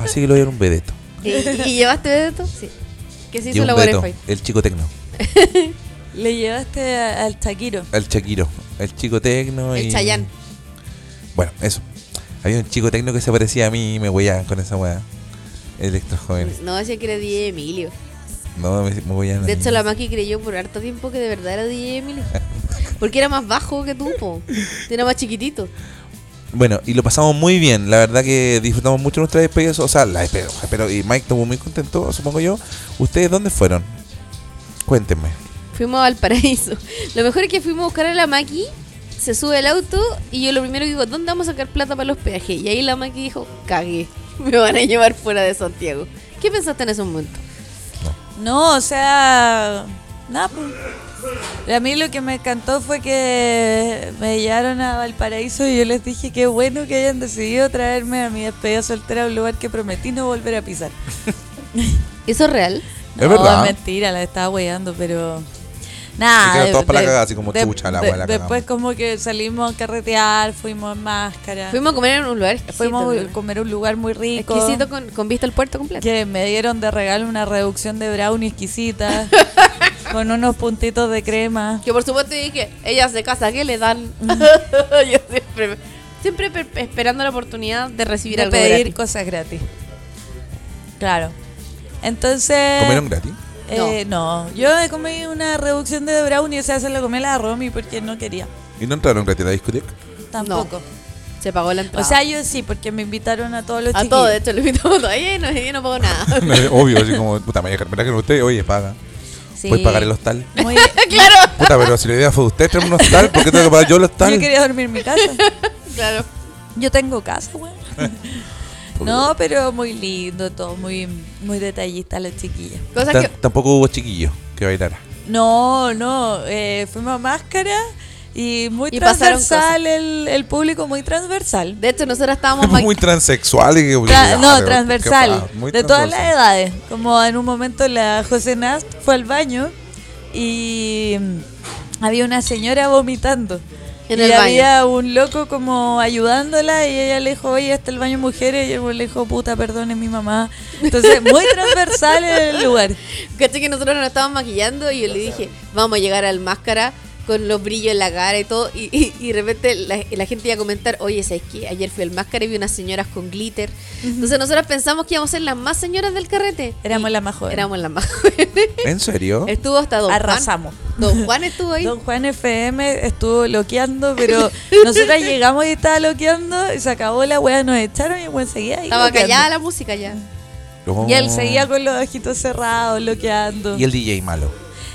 Speaker 3: Así que lo dieron un vedeto.
Speaker 4: ¿Y, y llevaste vedeto? Sí. Que se
Speaker 3: Y
Speaker 4: hizo
Speaker 3: un
Speaker 4: la
Speaker 3: vedeto,
Speaker 4: Wi-Fi.
Speaker 3: el chico tecno.
Speaker 5: Le llevaste a- al taquiro.
Speaker 3: El Shakiro, el chico tecno.
Speaker 4: El
Speaker 3: y-
Speaker 4: Chayán.
Speaker 3: Bueno, eso. Había un chico tecno que se parecía a mí y me huellaban con esa weá. Electro jóvenes.
Speaker 4: No, decía que era DJ Emilio.
Speaker 3: No, me, me huellaban. a
Speaker 4: De
Speaker 3: mí.
Speaker 4: hecho, la Maki creyó por harto tiempo que de verdad era DJ Emilio. Porque era más bajo que tú, po. Era más chiquitito.
Speaker 3: Bueno, y lo pasamos muy bien. La verdad que disfrutamos mucho nuestra despedida. O sea, la despedida. Pero, y Mike estuvo muy contento, supongo yo. ¿Ustedes dónde fueron? Cuéntenme.
Speaker 4: Fuimos al paraíso. Lo mejor es que fuimos a buscar a la Maki, se sube el auto y yo lo primero que digo, ¿dónde vamos a sacar plata para los peajes? Y ahí la Maki dijo, cagué, me van a llevar fuera de Santiago. ¿Qué pensaste en ese momento?
Speaker 5: No, o sea. Nada, pues, A mí lo que me encantó fue que me llevaron a Valparaíso y yo les dije que bueno que hayan decidido traerme a mi despedida soltera a un lugar que prometí no volver a pisar.
Speaker 4: ¿Eso es real?
Speaker 3: Es verdad.
Speaker 5: mentira, la estaba weyando, pero.
Speaker 3: Se
Speaker 5: Nada.
Speaker 3: quedaron
Speaker 5: de-
Speaker 3: todos para la
Speaker 5: de-
Speaker 3: cagada, así como
Speaker 5: de-
Speaker 3: chucha, la
Speaker 5: de-
Speaker 3: wea, la
Speaker 5: Después,
Speaker 3: cagamos.
Speaker 5: como que salimos a carretear, fuimos en máscara.
Speaker 4: Fuimos a comer en un lugar
Speaker 5: Ah. fuimos
Speaker 4: exquisito,
Speaker 5: a comer a un lugar muy rico.
Speaker 4: exquisito con, con vista al puerto completo.
Speaker 5: Que me dieron de regalo una reducción de brownie exquisita. con unos puntitos de crema.
Speaker 4: Que por supuesto dije, ellas de casa, ¿qué le dan? Yo siempre, siempre per- esperando la oportunidad de recibir
Speaker 5: de
Speaker 4: algo
Speaker 5: pedir
Speaker 4: gratis.
Speaker 5: cosas gratis. Claro. Entonces.
Speaker 3: ¿Comieron gratis?
Speaker 5: eh, no. yo comí una reducción de brownie, o sea, se lo comí a la Romy porque no quería.
Speaker 3: ¿Y no entraron gratis a la discoteca?
Speaker 5: Tampoco.
Speaker 4: Se pagó la entrada.
Speaker 5: O sea, yo sí, porque me invitaron a todos los
Speaker 4: a
Speaker 5: chiquillos.
Speaker 4: todo, de hecho, lo invitamos a todo. Oye, no, yo no pago nada.
Speaker 3: Obvio, así como, puta, me voy a dejar, ¿verdad que no usted? Oye, paga.
Speaker 5: Sí.
Speaker 3: ¿Puedes pagar el hostal?
Speaker 5: Muy-
Speaker 4: claro,
Speaker 3: Puta, pero si la idea fue usted traerme un hostal, ¿por qué tengo que pagar yo el hostal?
Speaker 5: Yo quería dormir en mi casa.
Speaker 4: claro.
Speaker 5: Yo tengo casa, weón. No, pero muy lindo todo, muy, muy detallista los chiquillos.
Speaker 4: Cosas
Speaker 3: Tan-
Speaker 4: que
Speaker 3: Tampoco hubo chiquillo que bailara.
Speaker 5: No, no, eh, fuimos a máscara y muy
Speaker 4: Y pasaron
Speaker 5: transversal, el, el público muy transversal.
Speaker 4: De hecho, nosotros estábamos ma-
Speaker 3: Muy transexual. Y que,
Speaker 5: Oh, Tra-
Speaker 3: Ah,
Speaker 5: no,
Speaker 3: qué
Speaker 5: transversal.
Speaker 3: pa- muy
Speaker 5: de todas
Speaker 3: transversal.
Speaker 5: las edades. Como en un momento la José Nast fue al baño y mm, había una señora vomitando.
Speaker 4: En
Speaker 5: y
Speaker 4: el baño.
Speaker 5: había un loco como ayudándola y ella le dijo, oye, está el baño de mujeres. Y él le dijo, puta, perdón, es mi mamá. Entonces, muy transversal el lugar.
Speaker 4: Caché que nosotros nos estábamos maquillando y yo le dije, vamos a llegar al máscara con los brillos en la cara y todo. Y, y- y de repente la, la gente iba a comentar, oye, ¿sabes qué? Ayer fui al máscara y vi unas señoras con glitter. Entonces nosotros pensamos que íbamos a ser las más señoras del carrete.
Speaker 5: Éramos
Speaker 4: Y
Speaker 5: las más jóvenes.
Speaker 4: Éramos las más jóvenes.
Speaker 3: ¿En serio?
Speaker 4: Estuvo hasta Don
Speaker 5: Arrasamos.
Speaker 4: Juan. Don Juan estuvo ahí.
Speaker 5: Don Juan FM estuvo loqueando, pero nosotras llegamos y estaba loqueando y se acabó la wea, nos echaron y el weón seguía ahí.
Speaker 4: Estaba
Speaker 5: loqueando.
Speaker 4: callada la música ya.
Speaker 3: No.
Speaker 5: Y él seguía con los ojitos cerrados, bloqueando.
Speaker 3: Oh. Y el DJ malo.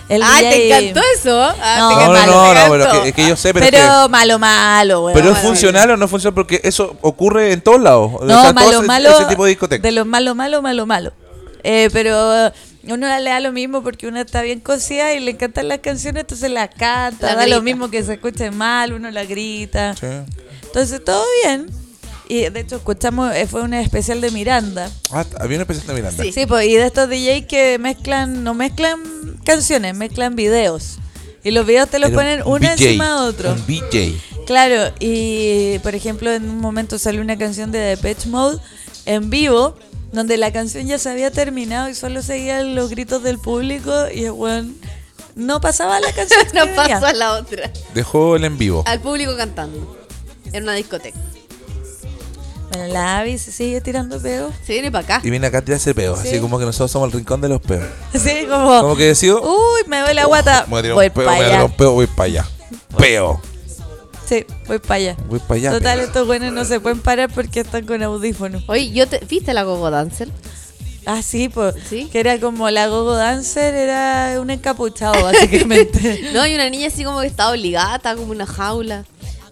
Speaker 5: El
Speaker 4: ah, te
Speaker 5: DJ.
Speaker 4: encantó eso. Ah,
Speaker 5: No,
Speaker 4: te
Speaker 5: no,
Speaker 4: encantó,
Speaker 5: no,
Speaker 4: te
Speaker 3: no, pero
Speaker 4: encantó.
Speaker 3: que- es que yo sé, pero,
Speaker 5: Pero,
Speaker 3: es que-
Speaker 5: malo, malo, weón.
Speaker 3: pero es
Speaker 4: Malo.
Speaker 3: funcional o no funciona porque eso ocurre en todos lados. O
Speaker 5: No,
Speaker 3: sea,
Speaker 5: malo,
Speaker 3: todos ese-
Speaker 5: malo.
Speaker 3: Ese tipo de discoteca.
Speaker 5: de los malo, malo, malo, malo. Eh, pero uno le da lo mismo porque uno está bien cocida y le encantan las canciones, entonces las canta,
Speaker 4: La
Speaker 5: da
Speaker 4: grita.
Speaker 5: lo mismo que se escuche mal, uno la grita.
Speaker 3: Sí.
Speaker 5: Entonces todo bien. Y de hecho escuchamos, eh, fue un especial de Miranda.
Speaker 3: Ah, t- había una especie de Miranda.
Speaker 5: Sí, pues, y de estos DJs que mezclan, no mezclan canciones, mezclan videos. Y los videos te los
Speaker 3: Era
Speaker 5: ponen
Speaker 3: un
Speaker 5: uno
Speaker 3: VJ,
Speaker 5: encima de otro.
Speaker 3: Un DJ.
Speaker 5: Claro, y por ejemplo, en un momento salió una canción de Depeche Mode en vivo, donde la canción ya se había terminado y solo seguían los gritos del público y el weón no pasaba la canción. que
Speaker 4: No
Speaker 5: venía.
Speaker 4: pasó a la otra.
Speaker 3: Dejó el en vivo.
Speaker 5: Ah.
Speaker 4: Al público cantando. En una discoteca.
Speaker 5: Bueno, la Abby se sigue tirando pedos.
Speaker 4: Se viene para acá.
Speaker 3: Y viene acá a tirarse peos. Así como que nosotros somos el rincón de los peos.
Speaker 5: Así como,
Speaker 3: Como que decido.
Speaker 5: uy, me duele la guata.
Speaker 3: Me voy a tirar un peo,
Speaker 5: Oh. Uh, ah, voy pa'
Speaker 3: me voy a tirar
Speaker 5: allá.
Speaker 3: un peo, voy para allá. Peo.
Speaker 5: Sí, voy para allá.
Speaker 3: Voy para allá.
Speaker 5: Total,
Speaker 3: peo.
Speaker 5: estos buenos no se pueden parar porque están con audífonos.
Speaker 4: Oye, yo te, ¿viste la Gogo Dancer?
Speaker 5: Ah, sí, pues.
Speaker 4: Sí.
Speaker 5: Que era como la Gogo Dancer, era un encapuchado, básicamente.
Speaker 4: No, y una niña así como que estaba obligada, estaba como en una jaula.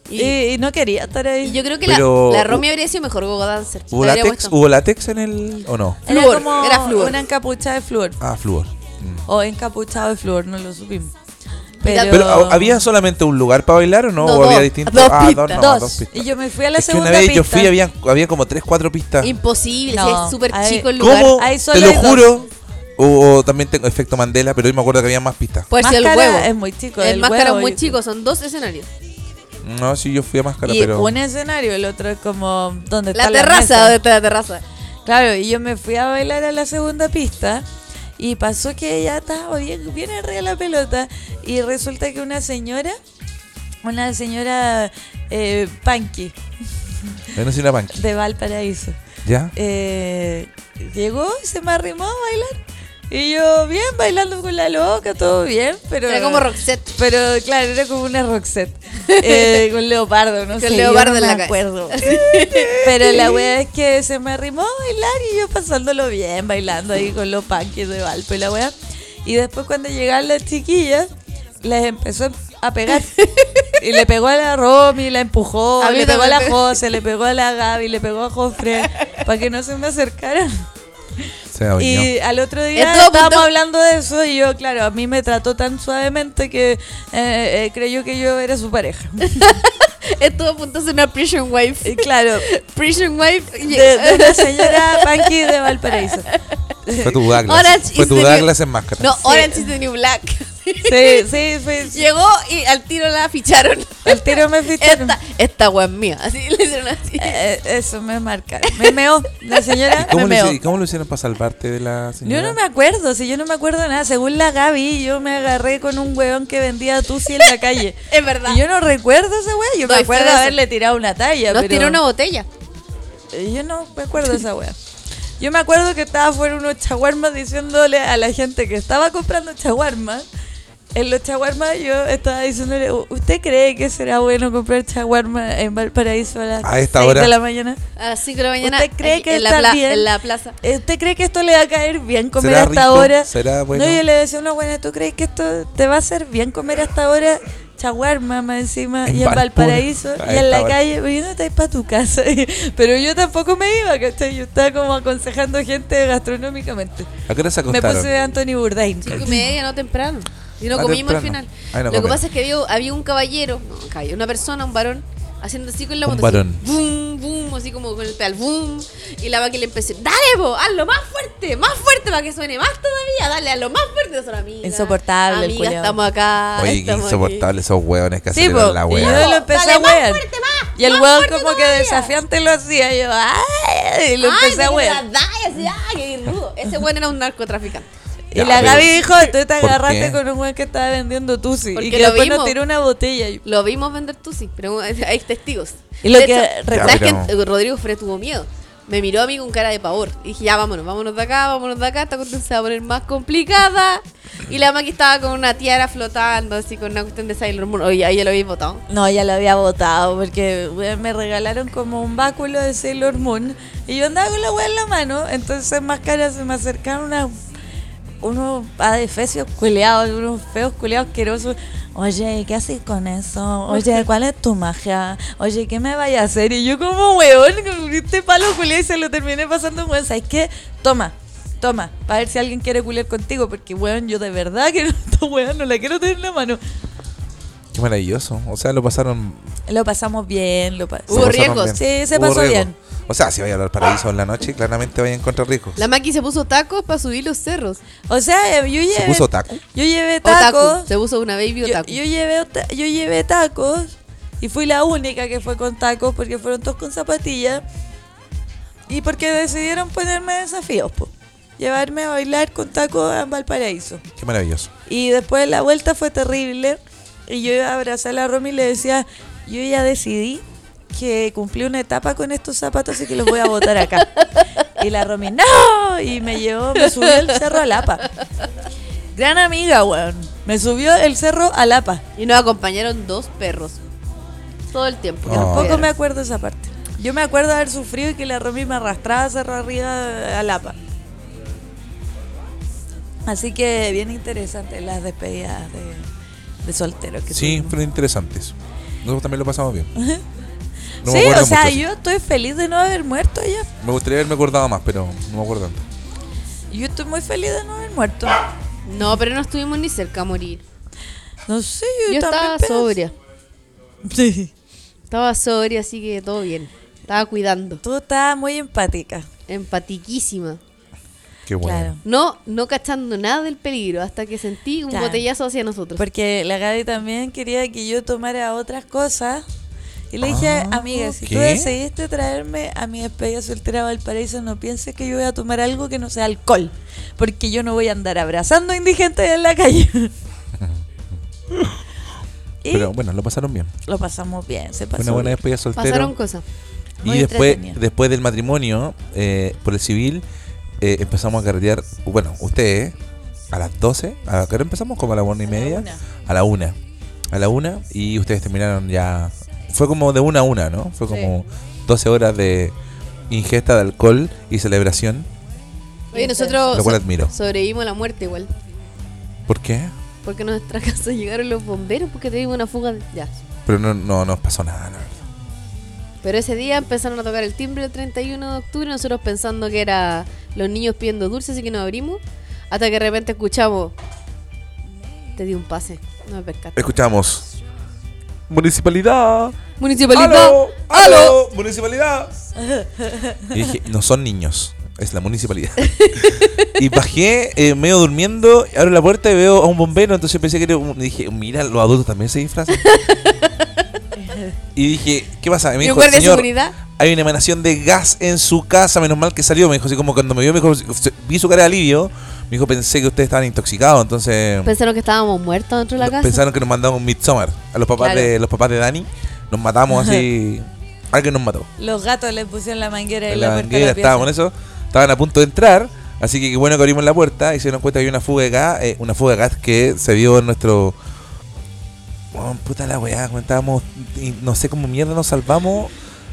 Speaker 4: Y,
Speaker 5: y, y no quería estar ahí.
Speaker 4: y yo creo que
Speaker 3: Eh, Pero-
Speaker 4: la, la Romy habría sido mejor Gogo Dancer.
Speaker 3: ¿Hubo
Speaker 4: La habría
Speaker 3: látex?
Speaker 4: puesto.
Speaker 3: ¿Hubo látex en el. o no?
Speaker 5: era
Speaker 4: Flúor,
Speaker 5: como
Speaker 4: era flúor.
Speaker 5: una encapuchada de flúor.
Speaker 3: Ah, flúor.
Speaker 5: O encapuchado de flúor, no lo supimos. Pero,
Speaker 3: Pero ¿ha- ¿había solamente un lugar para bailar o no?
Speaker 4: No,
Speaker 3: ¿O había
Speaker 4: dos.
Speaker 3: distintos?
Speaker 4: Dos
Speaker 3: ah,
Speaker 4: pistas.
Speaker 3: dos, no,
Speaker 5: dos.
Speaker 3: dos. pistas.
Speaker 5: Y yo me fui a la
Speaker 3: es que
Speaker 5: segunda
Speaker 3: una vez
Speaker 5: pista.
Speaker 3: yo fui, había, había como tres, cuatro pistas.
Speaker 4: Imposible,
Speaker 5: No,
Speaker 4: si es súper
Speaker 5: hay-
Speaker 4: chico el lugar.
Speaker 3: ¿Cómo?
Speaker 5: Ahí solo
Speaker 3: Te lo
Speaker 5: hay dos.
Speaker 3: juro. O, o también tengo efecto Mandela, pero hoy me acuerdo que había más pistas.
Speaker 4: Puede ser el
Speaker 5: Máscara
Speaker 4: huevo.
Speaker 5: es muy chico,
Speaker 4: El,
Speaker 5: el
Speaker 4: máscara
Speaker 5: huevo
Speaker 4: es muy
Speaker 5: y-
Speaker 4: chico, son dos escenarios.
Speaker 3: No, sí, yo fui a máscara,
Speaker 5: y
Speaker 3: pero.
Speaker 5: un escenario, el otro es como donde
Speaker 4: La
Speaker 5: está
Speaker 4: terraza,
Speaker 5: mesa.
Speaker 4: ¿dónde está la terraza?
Speaker 5: Claro, y yo me fui a bailar a la segunda pista y pasó que ella estaba bien, bien arriba de la pelota y resulta que una señora, una señora eh, punky
Speaker 3: Menos una banqui.
Speaker 5: de Valparaíso,
Speaker 3: ¿Ya?
Speaker 5: eh, llegó y se me arrimó a bailar. Y yo, bien, bailando con la loca, todo bien, pero...
Speaker 4: Era como Roxette.
Speaker 5: Pero claro, era como una Roxette. Eh, con Leopardo, no
Speaker 4: Con
Speaker 5: sé.
Speaker 4: leopardo
Speaker 5: yo
Speaker 4: en
Speaker 5: no
Speaker 4: la
Speaker 5: me
Speaker 4: cabeza.
Speaker 5: acuerdo. Pero la wea es que se me arrimó a bailar y yo pasándolo bien, bailando ahí con los punkies de Valpo y la wea. Y después cuando llegaron las chiquillas, les empezó a pegar. Y le pegó a la Romy, la empujó,
Speaker 4: A mí
Speaker 5: le pegó a la
Speaker 4: también.
Speaker 5: José, le pegó a la Gaby, le pegó a Jofre, para que no se me acercaran.
Speaker 3: Se adueñó.
Speaker 5: Y al otro día
Speaker 4: Estuvo a punto-
Speaker 5: estábamos hablando de eso y yo, claro, a mí me trató tan suavemente que eh, eh, creyó que yo era su pareja.
Speaker 4: Estuvo a punto de ser una prison wife.
Speaker 5: Y claro,
Speaker 4: Prison wife.
Speaker 5: Eh, de, de una señora Panky de Valparaíso.
Speaker 3: Fue tu Douglas.
Speaker 4: Orange
Speaker 3: Fue
Speaker 4: is
Speaker 3: tu
Speaker 4: the new-
Speaker 3: Douglas en máscara.
Speaker 4: No, Orange is the New Black.
Speaker 5: Sí, sí, fue-
Speaker 4: Llegó y al tiro la ficharon.
Speaker 5: Al tiro me ficharon.
Speaker 4: Esta, esta wea es mía. Así le hicieron así.
Speaker 5: Eh, eso me marca. Me meó. La señora
Speaker 3: ¿Cómo,
Speaker 5: me
Speaker 3: lo
Speaker 5: meó.
Speaker 3: hici- cómo lo hicieron para salvarte de la señora?
Speaker 5: Yo no me acuerdo, si yo no me acuerdo de nada. Según la Gaby, yo me agarré con un weón que vendía tusi en la calle.
Speaker 4: Es verdad.
Speaker 5: Y yo no recuerdo ese weón. Yo
Speaker 4: Doy
Speaker 5: me
Speaker 4: fe
Speaker 5: acuerdo
Speaker 4: de eso.
Speaker 5: haberle tirado una talla.
Speaker 4: Nos
Speaker 5: pero
Speaker 4: tiró una botella.
Speaker 5: Eh, Yo no me acuerdo de esa weón. Yo me acuerdo que estaba fuera unos chaguarmas diciéndole a la gente que estaba comprando chaguarmas. En los chaguarmas yo estaba diciéndole, ¿usted cree que será bueno comprar chaguarmas en Valparaíso a las
Speaker 3: ¿A esta
Speaker 5: seis
Speaker 3: hora?
Speaker 5: de la mañana?
Speaker 4: A las 5 de la mañana.
Speaker 5: ¿Usted cree
Speaker 4: ahí,
Speaker 5: que
Speaker 4: en la,
Speaker 5: está
Speaker 4: pla-
Speaker 5: bien?
Speaker 4: en la plaza?
Speaker 5: Eh, ¿Usted cree que esto le va a caer bien comer
Speaker 3: ¿Será
Speaker 5: hasta
Speaker 3: rico?
Speaker 5: ahora?
Speaker 3: ¿Será bueno?
Speaker 5: No, yo le decía una buena, ¿tú crees que esto te va a hacer bien comer hasta ahora? Chaguarma más encima
Speaker 3: En
Speaker 5: y en
Speaker 3: Valpura,
Speaker 5: Valparaíso
Speaker 3: a
Speaker 5: y en
Speaker 3: esta
Speaker 5: la
Speaker 3: hora.
Speaker 5: calle, porque no estáis para tu casa. Pero yo tampoco me iba, ¿cachai? Yo estaba como aconsejando gente gastronómicamente.
Speaker 3: ¿A qué hora se
Speaker 5: Me
Speaker 3: acostaron?
Speaker 5: puse Anthony Bourdain.
Speaker 4: Cinco y media, no temprano. Y no
Speaker 3: Ah,
Speaker 4: comimos al
Speaker 3: temprano.
Speaker 4: final.
Speaker 3: Ahí no
Speaker 4: Lo que
Speaker 3: comen.
Speaker 4: pasa es que había, había un caballero, no, un caballero, una persona, un varón, haciendo así con la
Speaker 3: Un
Speaker 4: moto.
Speaker 3: varón.
Speaker 4: Así, boom, boom, así como con el pedal, boom. Y la máquina le empezó, dale, po, hazlo más fuerte, más fuerte para que suene más todavía, dale, hazlo más fuerte. Nosotros, amiga,
Speaker 5: Insoportable el
Speaker 4: Amiga,
Speaker 5: culiao.
Speaker 4: estamos acá.
Speaker 3: Oye, qué
Speaker 4: estamos aquí".
Speaker 3: insoportables esos hueones que
Speaker 5: Sí,
Speaker 3: hacen
Speaker 5: po,
Speaker 3: la
Speaker 5: y yo
Speaker 3: hueá.
Speaker 5: lo empecé
Speaker 4: Dale,
Speaker 5: a
Speaker 4: más
Speaker 5: wear.
Speaker 4: fuerte, más,
Speaker 5: y el
Speaker 4: más
Speaker 5: weón
Speaker 4: fuerte
Speaker 5: como que
Speaker 4: todavía.
Speaker 5: desafiante lo hacía. Yo, ¡ay! Y lo
Speaker 4: Ay,
Speaker 5: empecé a
Speaker 4: pero
Speaker 5: wear.
Speaker 4: la dale, así, ay, qué rudo. Ese weón era un narcotraficante.
Speaker 5: Y
Speaker 3: Ya,
Speaker 5: la
Speaker 3: pero-
Speaker 5: Gaby dijo, tú te
Speaker 3: ¿Por
Speaker 5: agarraste
Speaker 3: qué?
Speaker 5: con un weón que estaba vendiendo tusi.
Speaker 4: Porque
Speaker 5: Y que
Speaker 4: lo
Speaker 5: después nos
Speaker 4: vimos.
Speaker 5: tiró una botella. Y-
Speaker 4: Lo vimos vender tusi, pero hay testigos.
Speaker 5: Y lo
Speaker 4: De
Speaker 5: que-
Speaker 4: ¿sabes
Speaker 3: Ya, pero-
Speaker 4: que Rodrigo Fre tuvo miedo? Me miró a mí con cara de pavor. Y dije, ya vámonos, vámonos de acá, vámonos de acá. Esta cuestión se va a poner más complicada. Y la maqui estaba con una tiara flotando, así con una cuestión de Sailor Moon. Oye, ahí ya lo habéis votado.
Speaker 5: No, ya lo había votado porque weón, me regalaron como un báculo de Sailor Moon. Y yo andaba con la weá en la mano. Entonces más cara se me acercaron unas- unos adefesios culeados, unos feos culeados asquerosos. Oye, ¿qué haces con eso? Oye, ¿cuál es tu magia? Oye, ¿qué me vaya a hacer? Y yo como weón, con este palo culeado y se lo terminé pasando a un weón. ¿Sabes qué? Toma. Toma, para ver si alguien quiere culear contigo, porque weón, yo de verdad que no, esta weá no la quiero tener en la mano.
Speaker 3: Qué maravilloso. O sea, lo pasaron.
Speaker 5: Lo pasamos bien, lo
Speaker 3: se
Speaker 5: pasamos.
Speaker 4: Hubo
Speaker 3: pasaron
Speaker 4: riesgos.
Speaker 3: bien.
Speaker 5: Sí, se
Speaker 3: Hubo
Speaker 5: pasó
Speaker 3: riesgos.
Speaker 5: bien.
Speaker 3: O sea, si vaya al paraíso en la noche, claramente vaya a encontrar ricos.
Speaker 4: La maqui se puso tacos para subir los cerros.
Speaker 5: O sea, eh, yo llevé.
Speaker 3: ¿Se puso taco?
Speaker 5: Yo llevé
Speaker 4: Otaku.
Speaker 5: tacos.
Speaker 4: Se puso una baby
Speaker 5: Yo,
Speaker 4: otaku.
Speaker 5: yo llevé, ota- yo llevé tacos. Y fui la única que fue con tacos porque fueron todos con zapatillas. Y porque decidieron ponerme desafíos, po. Llevarme a bailar con tacos en Valparaíso.
Speaker 3: Qué maravilloso.
Speaker 5: Y después la vuelta fue terrible. Y yo iba a abrazar a la Romy y le decía, yo ya decidí que cumplí una etapa con estos zapatos y que los voy a botar acá. y la Romy, no. Y me llevó, me subió el cerro a Lapa. Gran amiga, weón. Me subió el cerro a Lapa.
Speaker 4: Y nos acompañaron dos perros. Todo el tiempo. que nos
Speaker 3: Oh.
Speaker 5: Poco
Speaker 4: cuidaron.
Speaker 5: me acuerdo esa parte. Yo me acuerdo haber sufrido y que la Romy me arrastraba cerro arriba a Lapa. Así que bien interesante las despedidas de, de solteros que
Speaker 3: Sí,
Speaker 5: tuvimos.
Speaker 3: fueron interesantes. Nosotros también lo pasamos bien. No me
Speaker 5: sí,
Speaker 3: acuerdo
Speaker 5: o sea,
Speaker 3: mucho.
Speaker 5: yo estoy feliz de no haber muerto ya.
Speaker 3: Me gustaría haberme acordado más, pero no me acuerdo tanto.
Speaker 5: Yo estoy muy feliz de no haber muerto.
Speaker 4: No, pero no estuvimos ni cerca a morir.
Speaker 5: No sé, yo,
Speaker 4: Yo
Speaker 5: también
Speaker 4: estaba
Speaker 5: pienso-
Speaker 4: sobria.
Speaker 5: Sí.
Speaker 4: Estaba sobria, así que todo bien. Estaba cuidando.
Speaker 5: Tú estabas muy empática.
Speaker 4: Empatiquísima.
Speaker 3: Qué bueno.
Speaker 5: Claro.
Speaker 4: No, no cachando nada del peligro hasta que sentí un
Speaker 5: Claro.
Speaker 4: botellazo hacia nosotros.
Speaker 5: Porque la Gaby también quería que yo tomara otras cosas. Y le dije,
Speaker 3: Ah,
Speaker 5: amiga, si
Speaker 3: ¿qué?
Speaker 5: tú decidiste traerme a mi despedida soltera a Valparaíso, no pienses que yo voy a tomar algo que no sea alcohol. Porque yo no voy a andar abrazando indigentes en la calle. y
Speaker 3: Pero bueno, lo pasaron bien.
Speaker 5: lo pasamos bien, se
Speaker 3: Fue
Speaker 5: pasó.
Speaker 3: una buena
Speaker 5: bien.
Speaker 3: despedida soltero.
Speaker 4: Pasaron cosas.
Speaker 5: Muy
Speaker 3: Y después,
Speaker 5: entretenido.
Speaker 3: después del matrimonio, eh, por el civil, eh, empezamos a carretear, bueno, ustedes, a las 12, ¿a qué hora empezamos? Como a la una y media.
Speaker 5: una.
Speaker 3: A la una. A la una, y ustedes terminaron ya, fue como de una a una, ¿no? Fue como 12 horas de ingesta de alcohol y celebración,
Speaker 4: Oye, nosotros
Speaker 3: lo cual
Speaker 4: so-
Speaker 3: admiro.
Speaker 4: sobrevivimos a la muerte igual.
Speaker 3: ¿Por qué?
Speaker 4: Porque a nuestra casa llegaron los bomberos porque tuvimos una fuga de gas.
Speaker 3: Pero no, no nos pasó nada, la verdad.
Speaker 4: Pero ese día empezaron a tocar el timbre el 31 de octubre, nosotros pensando que era los niños pidiendo dulces, así que nos abrimos. Hasta que de repente escuchamos. Te di un pase, no me percaté.
Speaker 3: Escuchamos. Municipalidad.
Speaker 4: Municipalidad.
Speaker 3: ¡Aló! ¡Municipalidad! Y dije, no son niños, es la municipalidad. y bajé, eh, medio durmiendo, abro la puerta y veo a un bombero, entonces pensé que era un- y dije, mira, los adultos también se disfrazan. y dije, ¿qué pasa? Y me
Speaker 4: ¿Y un
Speaker 3: dijo,
Speaker 4: guardia de
Speaker 3: "Señor,
Speaker 4: seguridad?
Speaker 3: hay una emanación de gas en su casa, menos mal que salió, me dijo, así como cuando me vio, me dijo, vi su cara de alivio, me dijo, pensé que ustedes estaban intoxicados, entonces...
Speaker 4: Pensaron que estábamos muertos dentro de la casa.
Speaker 3: Pensaron que nos mandaban un Midsommar. A los papás,
Speaker 4: Claro.
Speaker 3: de, los papás de Dani nos matamos así. Alguien nos mató.
Speaker 5: Los gatos le pusieron la manguera y
Speaker 3: En la
Speaker 5: la
Speaker 3: manguera
Speaker 5: puerta de la
Speaker 3: estábamos en
Speaker 5: pieza.
Speaker 3: eso. Estaban a punto de entrar. Así que qué bueno que abrimos la puerta y se dieron cuenta que había una fuga de gas. eh, una fuga de gas que se vio en nuestro. Weón, puta la weá. weón, Estábamos. y no sé cómo mierda nos salvamos.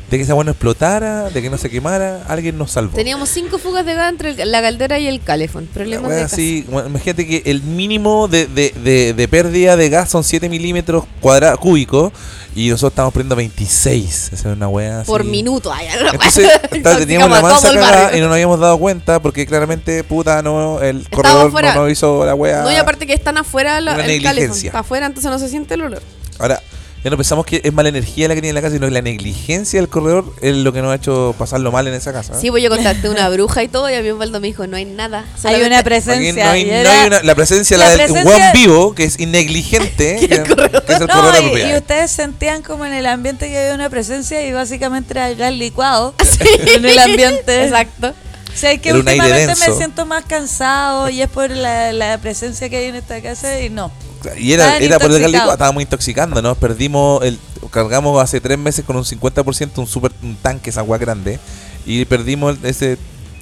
Speaker 3: De que esa weá no explotara. De que no se quemara. Alguien nos salvó.
Speaker 4: Teníamos cinco fugas de gas entre el- la caldera y el calefón.
Speaker 3: La
Speaker 4: Problemas
Speaker 3: weá
Speaker 4: de casa.
Speaker 3: así, bueno, imagínate que el mínimo de, de- de- de pérdida de gas son 7 milímetros cuadra- cúbicos y nosotros estamos prendiendo 26. Esa es una weá así.
Speaker 4: Por minuto. Ay, no,
Speaker 3: Entonces ta- teníamos
Speaker 4: intoxicamos
Speaker 3: la
Speaker 4: a todo
Speaker 3: mansa
Speaker 4: el
Speaker 3: cagada
Speaker 4: barrio.
Speaker 3: y no nos habíamos dado cuenta porque claramente, puta, no, el corredor no
Speaker 4: fuera.
Speaker 3: nos hizo la weá.
Speaker 4: No, y aparte que están afuera la-
Speaker 3: Una
Speaker 4: el calefón.
Speaker 3: negligencia.
Speaker 4: Está afuera, entonces no se siente el olor.
Speaker 3: Ahora, ya no pensamos que es mala energía la que tiene la casa, sino que la negligencia del corredor es lo que nos ha hecho pasarlo mal en esa casa. ¿eh?
Speaker 4: Sí, pues yo contacté una bruja y todo, y a mí Osvaldo me dijo, no hay nada.
Speaker 5: Hay
Speaker 4: solamente
Speaker 5: una
Speaker 3: Aquí
Speaker 5: presencia.
Speaker 3: no hay,
Speaker 5: y
Speaker 3: no
Speaker 5: era-
Speaker 3: hay una- la presencia
Speaker 5: La
Speaker 3: la del
Speaker 5: presencia-
Speaker 3: weón vivo, que es innegligente, que,
Speaker 4: el corredor.
Speaker 3: que es el
Speaker 5: No,
Speaker 3: corredor de
Speaker 5: y- y,
Speaker 3: propiedad.
Speaker 5: ustedes sentían como en el ambiente que había una presencia y básicamente era el gas licuado en el ambiente.
Speaker 4: Exacto.
Speaker 5: O sea, es que
Speaker 3: Era un aire
Speaker 5: últimamente me
Speaker 3: denso.
Speaker 5: siento más cansado y es por la, la presencia que hay en esta casa y no.
Speaker 3: Y era,
Speaker 5: Estaban
Speaker 3: era por el
Speaker 5: intoxicados.
Speaker 3: calico, estábamos intoxicando, ¿no? Perdimos, el, cargamos hace tres meses con un 50% un super un tanque, esa agua grande, y perdimos el- ese,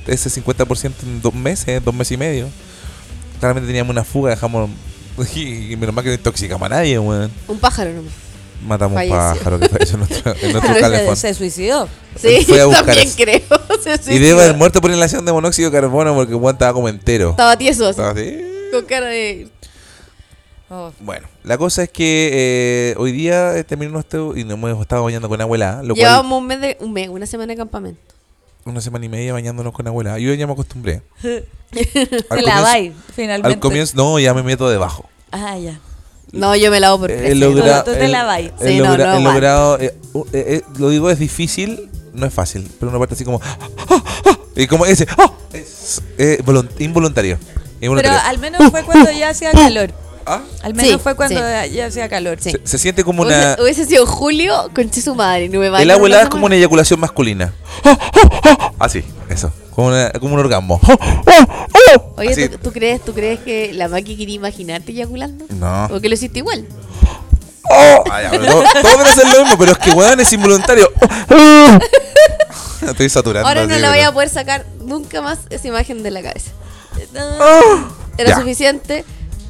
Speaker 3: ese 50% en dos meses, eh, dos meses y medio. Claramente teníamos una fuga, dejamos. Y, menos mal que no intoxicamos a nadie, weón.
Speaker 4: Un pájaro nomás.
Speaker 3: Matamos
Speaker 4: Falleció.
Speaker 3: un pájaro que falleció en nuestro, en nuestro
Speaker 5: Pero Ah, se,
Speaker 3: calefón.
Speaker 5: se suicidó.
Speaker 4: Sí,
Speaker 3: Fue a buscar
Speaker 4: también
Speaker 3: eso.
Speaker 4: creo. Se
Speaker 3: y
Speaker 4: suicidó.
Speaker 3: debe haber muerto por inhalación de monóxido de carbono porque el weón estaba como entero.
Speaker 4: Estaba tieso, así,
Speaker 3: Estaba así.
Speaker 4: con cara de...
Speaker 5: Oh.
Speaker 3: Bueno, la cosa es que eh, hoy día eh, terminó nuestro y nos hemos estado bañando con abuela, lo cual
Speaker 4: Llevábamos un mes, de, un mes, una semana de campamento.
Speaker 3: una semana y media bañándonos con abuela. Yo ya me acostumbré.
Speaker 5: Te laváis, finalmente.
Speaker 3: al comienzo, no, ya me meto debajo.
Speaker 5: Ah, ya.
Speaker 4: No, yo me lavo por
Speaker 3: He
Speaker 4: tres.
Speaker 3: logrado-
Speaker 5: tú te
Speaker 3: he-
Speaker 5: laváis.
Speaker 3: he
Speaker 4: Sí, no,
Speaker 3: logra-
Speaker 4: no
Speaker 3: he
Speaker 4: aguanto.
Speaker 3: logrado, eh, u- eh, eh, lo digo, es difícil, no es fácil, pero una parte así como y como ese ¡ah! es, eh, volun- involuntario.
Speaker 5: Pero
Speaker 3: involuntario.
Speaker 5: al menos fue cuando ya hacía calor.
Speaker 3: Ah,
Speaker 5: Al menos
Speaker 4: Uh, Sí,
Speaker 5: fue cuando
Speaker 4: sí.
Speaker 5: ya hacía calor.
Speaker 4: Sí.
Speaker 3: se, se siente como una
Speaker 4: Hubiese, hubiese sido Julio con su madre, no me va
Speaker 3: el abuela es como una eyaculación masculina. Así, eso, como, una- como un orgasmo.
Speaker 4: Oye,
Speaker 3: Así.
Speaker 4: ¿tú, tú crees, ¿tú crees que la Maki quería imaginarte eyaculando?
Speaker 3: No.
Speaker 4: Porque lo hiciste igual.
Speaker 3: Ah, ya, pero todo- Todos van a hacer lo mismo, pero es que weón es involuntario. Estoy saturando.
Speaker 4: Ahora no
Speaker 3: así,
Speaker 4: la voy
Speaker 3: pero-
Speaker 4: a poder sacar nunca más esa imagen de la cabeza. Era
Speaker 3: Ya.
Speaker 4: suficiente.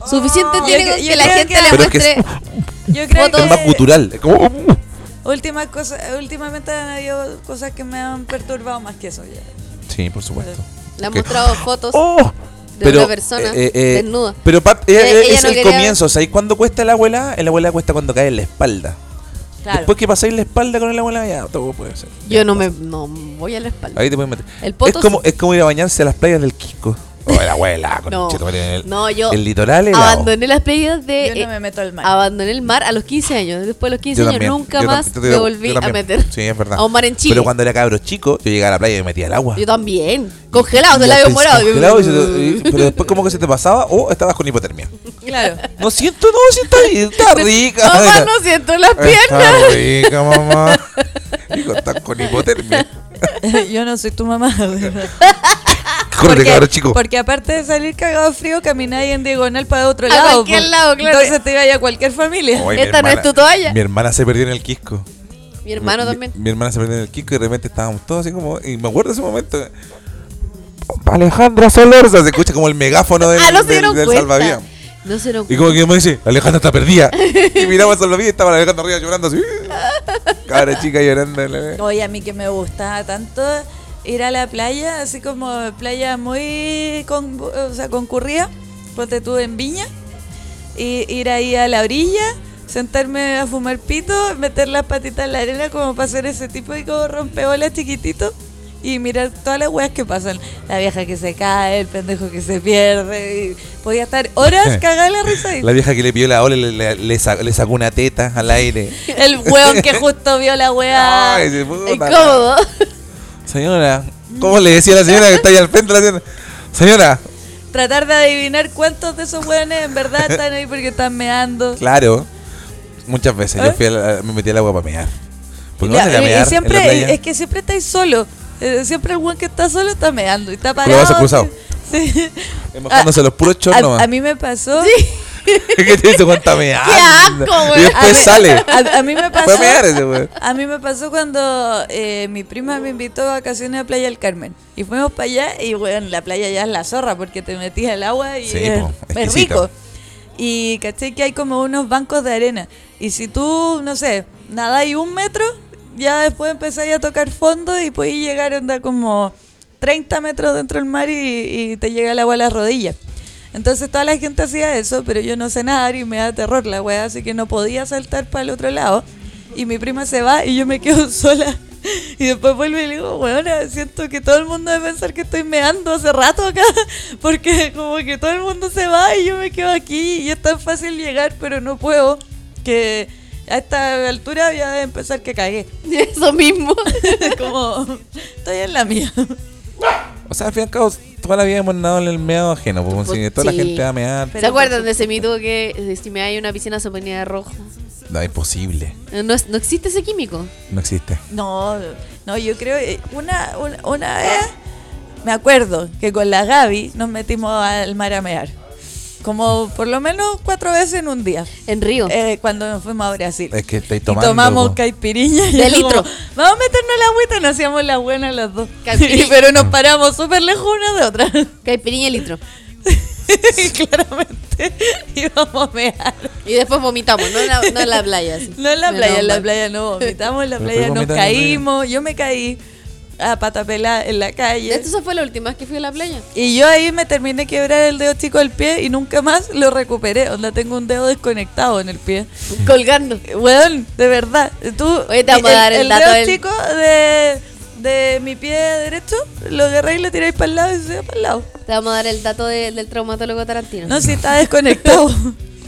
Speaker 4: Suficiente
Speaker 5: Yo
Speaker 4: tiene
Speaker 5: Oh, que-
Speaker 4: con
Speaker 5: yo
Speaker 4: que la
Speaker 5: creo
Speaker 4: gente
Speaker 5: que-
Speaker 4: le
Speaker 3: Pero es que
Speaker 4: muestre.
Speaker 5: Yo creo
Speaker 4: Fotos.
Speaker 3: Es más
Speaker 5: que
Speaker 3: cultural. es como- uh,
Speaker 5: últimas cosas, últimamente han habido cosas que me han perturbado más que eso. Ya.
Speaker 3: Sí, por supuesto.
Speaker 4: Le han
Speaker 3: Que-
Speaker 4: mostrado fotos
Speaker 3: Oh,
Speaker 4: de una persona
Speaker 3: eh, eh,
Speaker 4: desnuda.
Speaker 3: Pero Pat, eh,
Speaker 4: Ella-
Speaker 3: eh,
Speaker 4: ella
Speaker 3: es
Speaker 4: no
Speaker 3: el
Speaker 4: quería-
Speaker 3: comienzo. ¿Sabéis cuándo cuesta la abuela? La abuela cuesta cuando cae en la espalda.
Speaker 5: Claro.
Speaker 3: Después que pasáis la espalda con la abuela, ya todo puede ser.
Speaker 4: Yo no me no voy a la espalda.
Speaker 3: Ahí te puedes meter.
Speaker 4: El poto
Speaker 3: es, como, es como ir a bañarse a las playas del Quisco. Oh, la abuela, con
Speaker 4: No,
Speaker 3: el,
Speaker 4: no, yo
Speaker 3: el litoral helado.
Speaker 4: abandoné las playas de.
Speaker 5: Yo no
Speaker 4: eh,
Speaker 5: me meto al mar.
Speaker 4: Abandoné el mar a los 15 años. Después de los 15
Speaker 3: Yo
Speaker 4: años
Speaker 3: también,
Speaker 4: nunca
Speaker 3: yo
Speaker 4: más
Speaker 3: también, yo
Speaker 4: me
Speaker 3: tam-
Speaker 4: volví
Speaker 3: yo
Speaker 4: a
Speaker 3: también.
Speaker 4: meter.
Speaker 3: Sí, es verdad.
Speaker 4: A un mar en Chile.
Speaker 3: Pero cuando era cabro chico, yo llegaba a la playa y me metía al agua.
Speaker 4: Yo también. Congelado, de
Speaker 3: Ya
Speaker 4: labio
Speaker 3: te
Speaker 4: morado.
Speaker 3: descongelado y se te- y- pero después como que se te pasaba o estabas con hipotermia.
Speaker 5: Claro.
Speaker 3: No siento, no siento, y está rica.
Speaker 4: Mamá, no siento las piernas.
Speaker 3: Está rica, mamá. Hijo, estás con hipotermia.
Speaker 5: Yo no soy tu mamá.
Speaker 3: Corre, cabrón, chico.
Speaker 5: porque aparte de salir cagado frío, camináis en diagonal para otro
Speaker 4: A
Speaker 5: lado.
Speaker 4: cualquier
Speaker 5: po.
Speaker 4: lado, claro.
Speaker 5: Entonces te iba a cualquier familia.
Speaker 3: Ay, mi
Speaker 4: Esta no es
Speaker 3: hermana-
Speaker 4: tu toalla.
Speaker 3: Mi hermana se perdió en el Quisco.
Speaker 4: Mi hermano
Speaker 3: Mi-
Speaker 4: también.
Speaker 3: Mi, hermana se perdió en el Quisco y de repente estábamos todos así como. Y me acuerdo de ese momento. Alejandra Solorza se escucha como el megáfono del,
Speaker 4: Ah, no se
Speaker 3: del-
Speaker 4: dieron
Speaker 3: del
Speaker 4: cuenta.
Speaker 3: salvavidas.
Speaker 4: No se dieron
Speaker 3: Y
Speaker 4: cuenta.
Speaker 3: como que me dice, Alejandra está perdida. Y miraba al salvavidas y estaba la Alejandra arriba llorando así. Cara chica llorando.
Speaker 5: Oye, a mí que me gustaba tanto ir a la playa, así como playa muy con, o sea, concurrida, ponte tú en Viña, y ir ahí a la orilla, sentarme a fumar pito, meter las patitas en la arena como para hacer ese típico rompeolas chiquitito, y mirar todas las weas que pasan. La vieja que se cae, el pendejo que se pierde. y podía estar horas cagada la risa. ahí.
Speaker 3: La vieja que le pidió la ola le, le- le sa- le sacó una teta al aire.
Speaker 5: El weón que justo vio la wea.
Speaker 3: Ay, se puta.
Speaker 4: Incómodo.
Speaker 3: Señora, ¿cómo le decía a la señora que está ahí al frente de la tienda? Señora,
Speaker 5: Tratar de adivinar cuántos de esos weones en verdad están ahí porque están meando.
Speaker 3: claro. Muchas veces yo
Speaker 5: ¿Eh?
Speaker 3: fui a la- me metí al agua para mear. Porque
Speaker 5: Ya,
Speaker 3: no se
Speaker 5: y-
Speaker 3: la
Speaker 5: y
Speaker 3: mear en la playa.
Speaker 5: siempre, es que siempre estáis solo. Eh, Siempre el weón que está solo está meando y está
Speaker 3: Con los brazos
Speaker 5: parado.
Speaker 3: cruzados.
Speaker 5: así. Sí.
Speaker 3: Es mojándose los puros chornos,
Speaker 5: ah, a,
Speaker 3: nomás.
Speaker 5: a mí me pasó.
Speaker 3: ¿Qué te dice cuánta mear?
Speaker 4: asco, güey!
Speaker 3: Y
Speaker 5: A
Speaker 3: después
Speaker 5: mí-
Speaker 3: sale.
Speaker 5: A, a mí me
Speaker 3: Fue a
Speaker 5: pasó.
Speaker 3: mear ese, güey.
Speaker 5: A mí me pasó cuando eh, mi prima me invitó a vacaciones a Playa del Carmen. Y fuimos para allá y, bueno, la playa ya es la zorra porque te metías al agua y
Speaker 3: Sí,
Speaker 5: es,
Speaker 3: po,
Speaker 5: es
Speaker 3: exquisito.
Speaker 5: rico. Y caché que hay como unos bancos de arena. Y si tú, no sé, nadáis un metro, ya después empezáis a tocar fondo y podéis llegar onda como 30 metros dentro del mar y, y te llega el agua a las rodillas. Entonces toda la gente hacía eso, pero yo no sé nadar y me da terror la weá, así que no podía saltar para el otro lado. Y mi prima se va y yo me quedo sola. Y después vuelvo y le digo, weona, siento que todo el mundo debe pensar que estoy meando hace rato acá, porque como que todo el mundo se va y yo me quedo aquí y es tan fácil llegar, pero no puedo, que a esta altura ya debe empezar que cagué.
Speaker 4: Eso mismo.
Speaker 5: como, estoy en la mía.
Speaker 3: O sea, al fin y al cabo, toda la vida hemos nadado en el meado ajeno. Pues,
Speaker 4: Pues
Speaker 3: si toda
Speaker 4: sí.
Speaker 3: la gente va a mear,
Speaker 4: ¿Se acuerdan de ese mito que eh, si me hay una piscina se ponía rojo?
Speaker 3: no, imposible.
Speaker 4: Eh, No, es- no existe ese químico.
Speaker 3: No existe.
Speaker 5: No, no, yo creo, eh, una, una, una vez me acuerdo que con la Gaby nos metimos al mar a mear. Como por lo menos cuatro veces en un día.
Speaker 4: En Río.
Speaker 5: Eh, cuando nos fuimos a Brasil.
Speaker 3: Es que estáis
Speaker 5: Y
Speaker 3: tomando.
Speaker 5: tomamos
Speaker 3: po.
Speaker 5: caipirinha y
Speaker 4: De
Speaker 5: era
Speaker 4: litro.
Speaker 5: como, Vamos a meternos la agüita, nos hacíamos la buena las dos.
Speaker 4: Caipirinha.
Speaker 5: Pero nos paramos súper lejos una de otra.
Speaker 4: Caipirinha y litro.
Speaker 5: Y Claramente íbamos a mear.
Speaker 4: Y después vomitamos, no en la, no en la playa. así.
Speaker 5: No en la
Speaker 4: Menos
Speaker 5: playa, en la
Speaker 4: mal.
Speaker 5: playa no vomitamos, en la
Speaker 3: Pero
Speaker 5: playa
Speaker 3: fue
Speaker 5: nos
Speaker 3: vomitar en la playa.
Speaker 5: caímos. Yo me caí a patapelá en la calle.
Speaker 4: Esa fue la última vez que fui a la playa.
Speaker 5: Y yo ahí me terminé de quebrar el dedo chico del pie y nunca más lo recuperé. Onda, tengo un dedo desconectado en el pie.
Speaker 4: Colgando.
Speaker 5: Weón, de verdad. Tú,
Speaker 4: Oye, te vamos a dar el dato
Speaker 5: dedo
Speaker 4: del-
Speaker 5: chico de, de mi pie derecho lo agarráis y lo tiráis para el lado y se va para el lado.
Speaker 4: Te vamos a dar el dato de- del traumatólogo Tarantino.
Speaker 5: No, si está desconectado.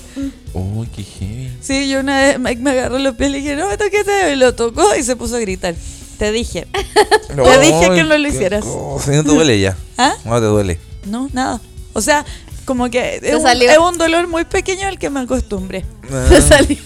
Speaker 3: Uy, qué heavy.
Speaker 5: sí, yo una vez Mike me agarró los pies y le dije, no me toques ese dedo", Y lo tocó y se puso a gritar. Te dije. Te dije que no lo
Speaker 3: qué
Speaker 5: hicieras.
Speaker 3: cosa, no te duele ya.
Speaker 5: ¿Ah?
Speaker 3: No te duele.
Speaker 5: No, nada. O sea, como que es un,
Speaker 4: salió.
Speaker 5: es un dolor muy pequeño al que me acostumbré.
Speaker 4: Se salió.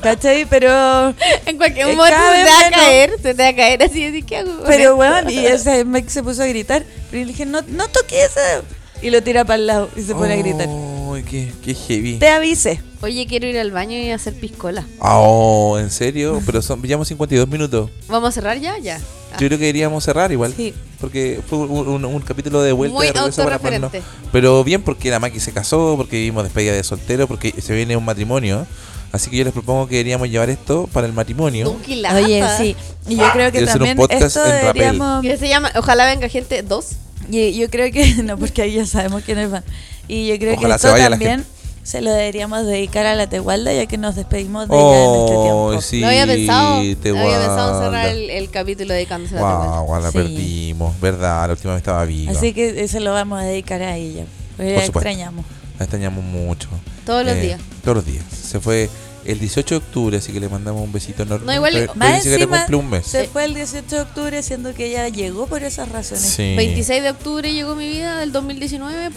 Speaker 5: ¿Cachai? Pero
Speaker 4: En cualquier
Speaker 5: Eh,
Speaker 4: momento
Speaker 5: cada
Speaker 4: se te
Speaker 5: vez
Speaker 4: va a
Speaker 5: menos.
Speaker 4: caer, se te va a caer así, así ¿qué hago? con
Speaker 5: Pero
Speaker 4: esto?
Speaker 5: bueno, y ese Mike se puso a gritar. Pero yo le dije, no, no toques ese. Y lo tira para el lado y se pone a gritar.
Speaker 3: Uy, qué, qué heavy.
Speaker 5: Te avise.
Speaker 4: Oye, quiero ir al baño y hacer piscola.
Speaker 3: Ah, Oh, ¿en serio? Pero son, llevamos 52 minutos.
Speaker 4: ¿Vamos a cerrar ya? Ya. Ah.
Speaker 3: Yo creo que deberíamos cerrar igual.
Speaker 5: Sí.
Speaker 3: Porque fue un, un- un capítulo de vuelta
Speaker 4: Muy
Speaker 3: de regreso para ponernos.
Speaker 4: autorreferente.
Speaker 3: Pero bien porque la Maki se casó, porque vivimos despedida de soltero, porque se viene un matrimonio. Así que yo les propongo que deberíamos llevar esto para el matrimonio.
Speaker 4: Duki Lapa.
Speaker 5: Oye, sí. Y yo creo que
Speaker 3: Quiero hacer un
Speaker 5: también
Speaker 3: podcast
Speaker 5: esto
Speaker 3: en rapel.
Speaker 5: deberíamos.
Speaker 4: ¿Qué se llama? Ojalá venga gente dos.
Speaker 5: Y yo creo que. No, porque ahí ya sabemos quiénes van. Y yo creo
Speaker 3: Ojalá
Speaker 5: que
Speaker 3: se
Speaker 5: esto
Speaker 3: vaya la
Speaker 5: también
Speaker 3: gente.
Speaker 5: se lo deberíamos dedicar a la Tegualda, ya que nos despedimos de
Speaker 3: Oh,
Speaker 5: ella en este tiempo.
Speaker 3: sí.
Speaker 4: no había pensado.
Speaker 3: te
Speaker 4: no había pensado
Speaker 3: guarda.
Speaker 4: cerrar el, el capítulo dedicándose a la
Speaker 3: Guau, guau, la
Speaker 5: Sí.
Speaker 3: perdimos. Verdad, la última vez estaba viva.
Speaker 5: Así que eh, se lo vamos a dedicar a ella. Porque
Speaker 3: Por
Speaker 5: la
Speaker 3: supuesto.
Speaker 5: extrañamos.
Speaker 3: La extrañamos mucho. Eh,
Speaker 4: Todos los días.
Speaker 3: Todos los días. Se fue el 18 de octubre, así que le mandamos un besito enorme.
Speaker 4: No, igual-
Speaker 3: Pero- pero ni
Speaker 5: Más
Speaker 3: siquiera
Speaker 5: encima,
Speaker 3: cumplió un mes.
Speaker 5: se fue el 18 de octubre, siendo que ella llegó por esas razones.
Speaker 3: Sí.
Speaker 4: 26 de octubre llegó mi vida del 2019,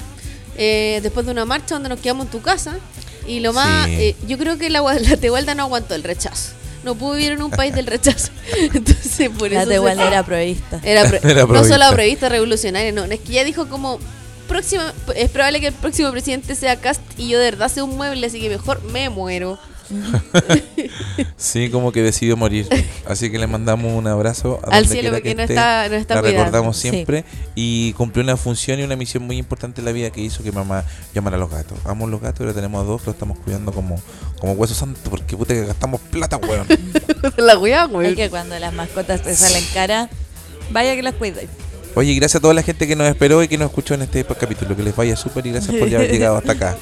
Speaker 4: eh, después de una marcha donde nos quedamos en tu casa. Y lo más,
Speaker 3: Sí.
Speaker 4: eh, yo creo que la, gua- la Tehuelda no aguantó el rechazo. No pudo vivir en un país del rechazo. Entonces, por
Speaker 5: La
Speaker 4: eso. se
Speaker 5: Tegualda
Speaker 4: fue.
Speaker 5: era prohibista.
Speaker 4: Era, pro-
Speaker 3: Era
Speaker 4: no
Speaker 3: provista.
Speaker 4: solo prevista revolucionaria, no, es que ya dijo como próxima, es probable que el próximo presidente sea Cast y yo de verdad sea un mueble, así que mejor me muero.
Speaker 3: Sí, como que decidió morir. Así que le mandamos un abrazo a
Speaker 4: Al
Speaker 3: donde
Speaker 4: cielo,
Speaker 3: quiera
Speaker 4: porque
Speaker 3: que
Speaker 4: no
Speaker 3: esté.
Speaker 4: está- no está
Speaker 3: La
Speaker 4: cuidado.
Speaker 3: recordamos
Speaker 5: Sí.
Speaker 3: siempre y cumplió una función y una misión muy importante en la vida que hizo que mamá llamara a los gatos. Amo los gatos, ahora tenemos dos que los estamos cuidando como, como hueso santo porque puta que gastamos plata, weón.
Speaker 4: la cuidaba, güey.
Speaker 5: Es que cuando las mascotas te salen cara, vaya que las cuidáis.
Speaker 3: Oye, gracias a toda la gente que nos esperó y que nos escuchó en este capítulo. Que les vaya súper y gracias por haber llegado hasta acá.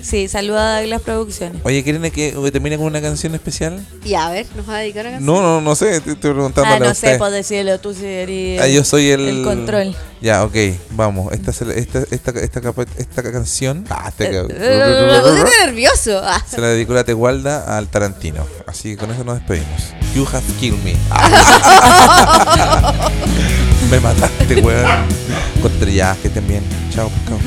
Speaker 5: Sí, saluda a Douglas Producciones.
Speaker 3: Oye, ¿quieren que termine con una canción especial?
Speaker 4: Y a ver, nos va a dedicar a canción.
Speaker 3: No, no, no sé, te estoy
Speaker 5: Ah,
Speaker 3: preguntándole a
Speaker 5: no
Speaker 3: usted.
Speaker 5: sé, pues decirlo tú si eres.
Speaker 3: Ah, yo soy el...
Speaker 5: El control.
Speaker 3: Ya, ok, vamos. Esta, se la- esta, esta, esta, capa- esta canción... Ah, esta-
Speaker 4: Me pusiste nervioso. Ah.
Speaker 3: Se la dedicó la Tegualda al Tarantino. Así que con eso nos despedimos. You have killed me. Ah. me mataste, weón. Con ya, que estén bien. Chao, pescado.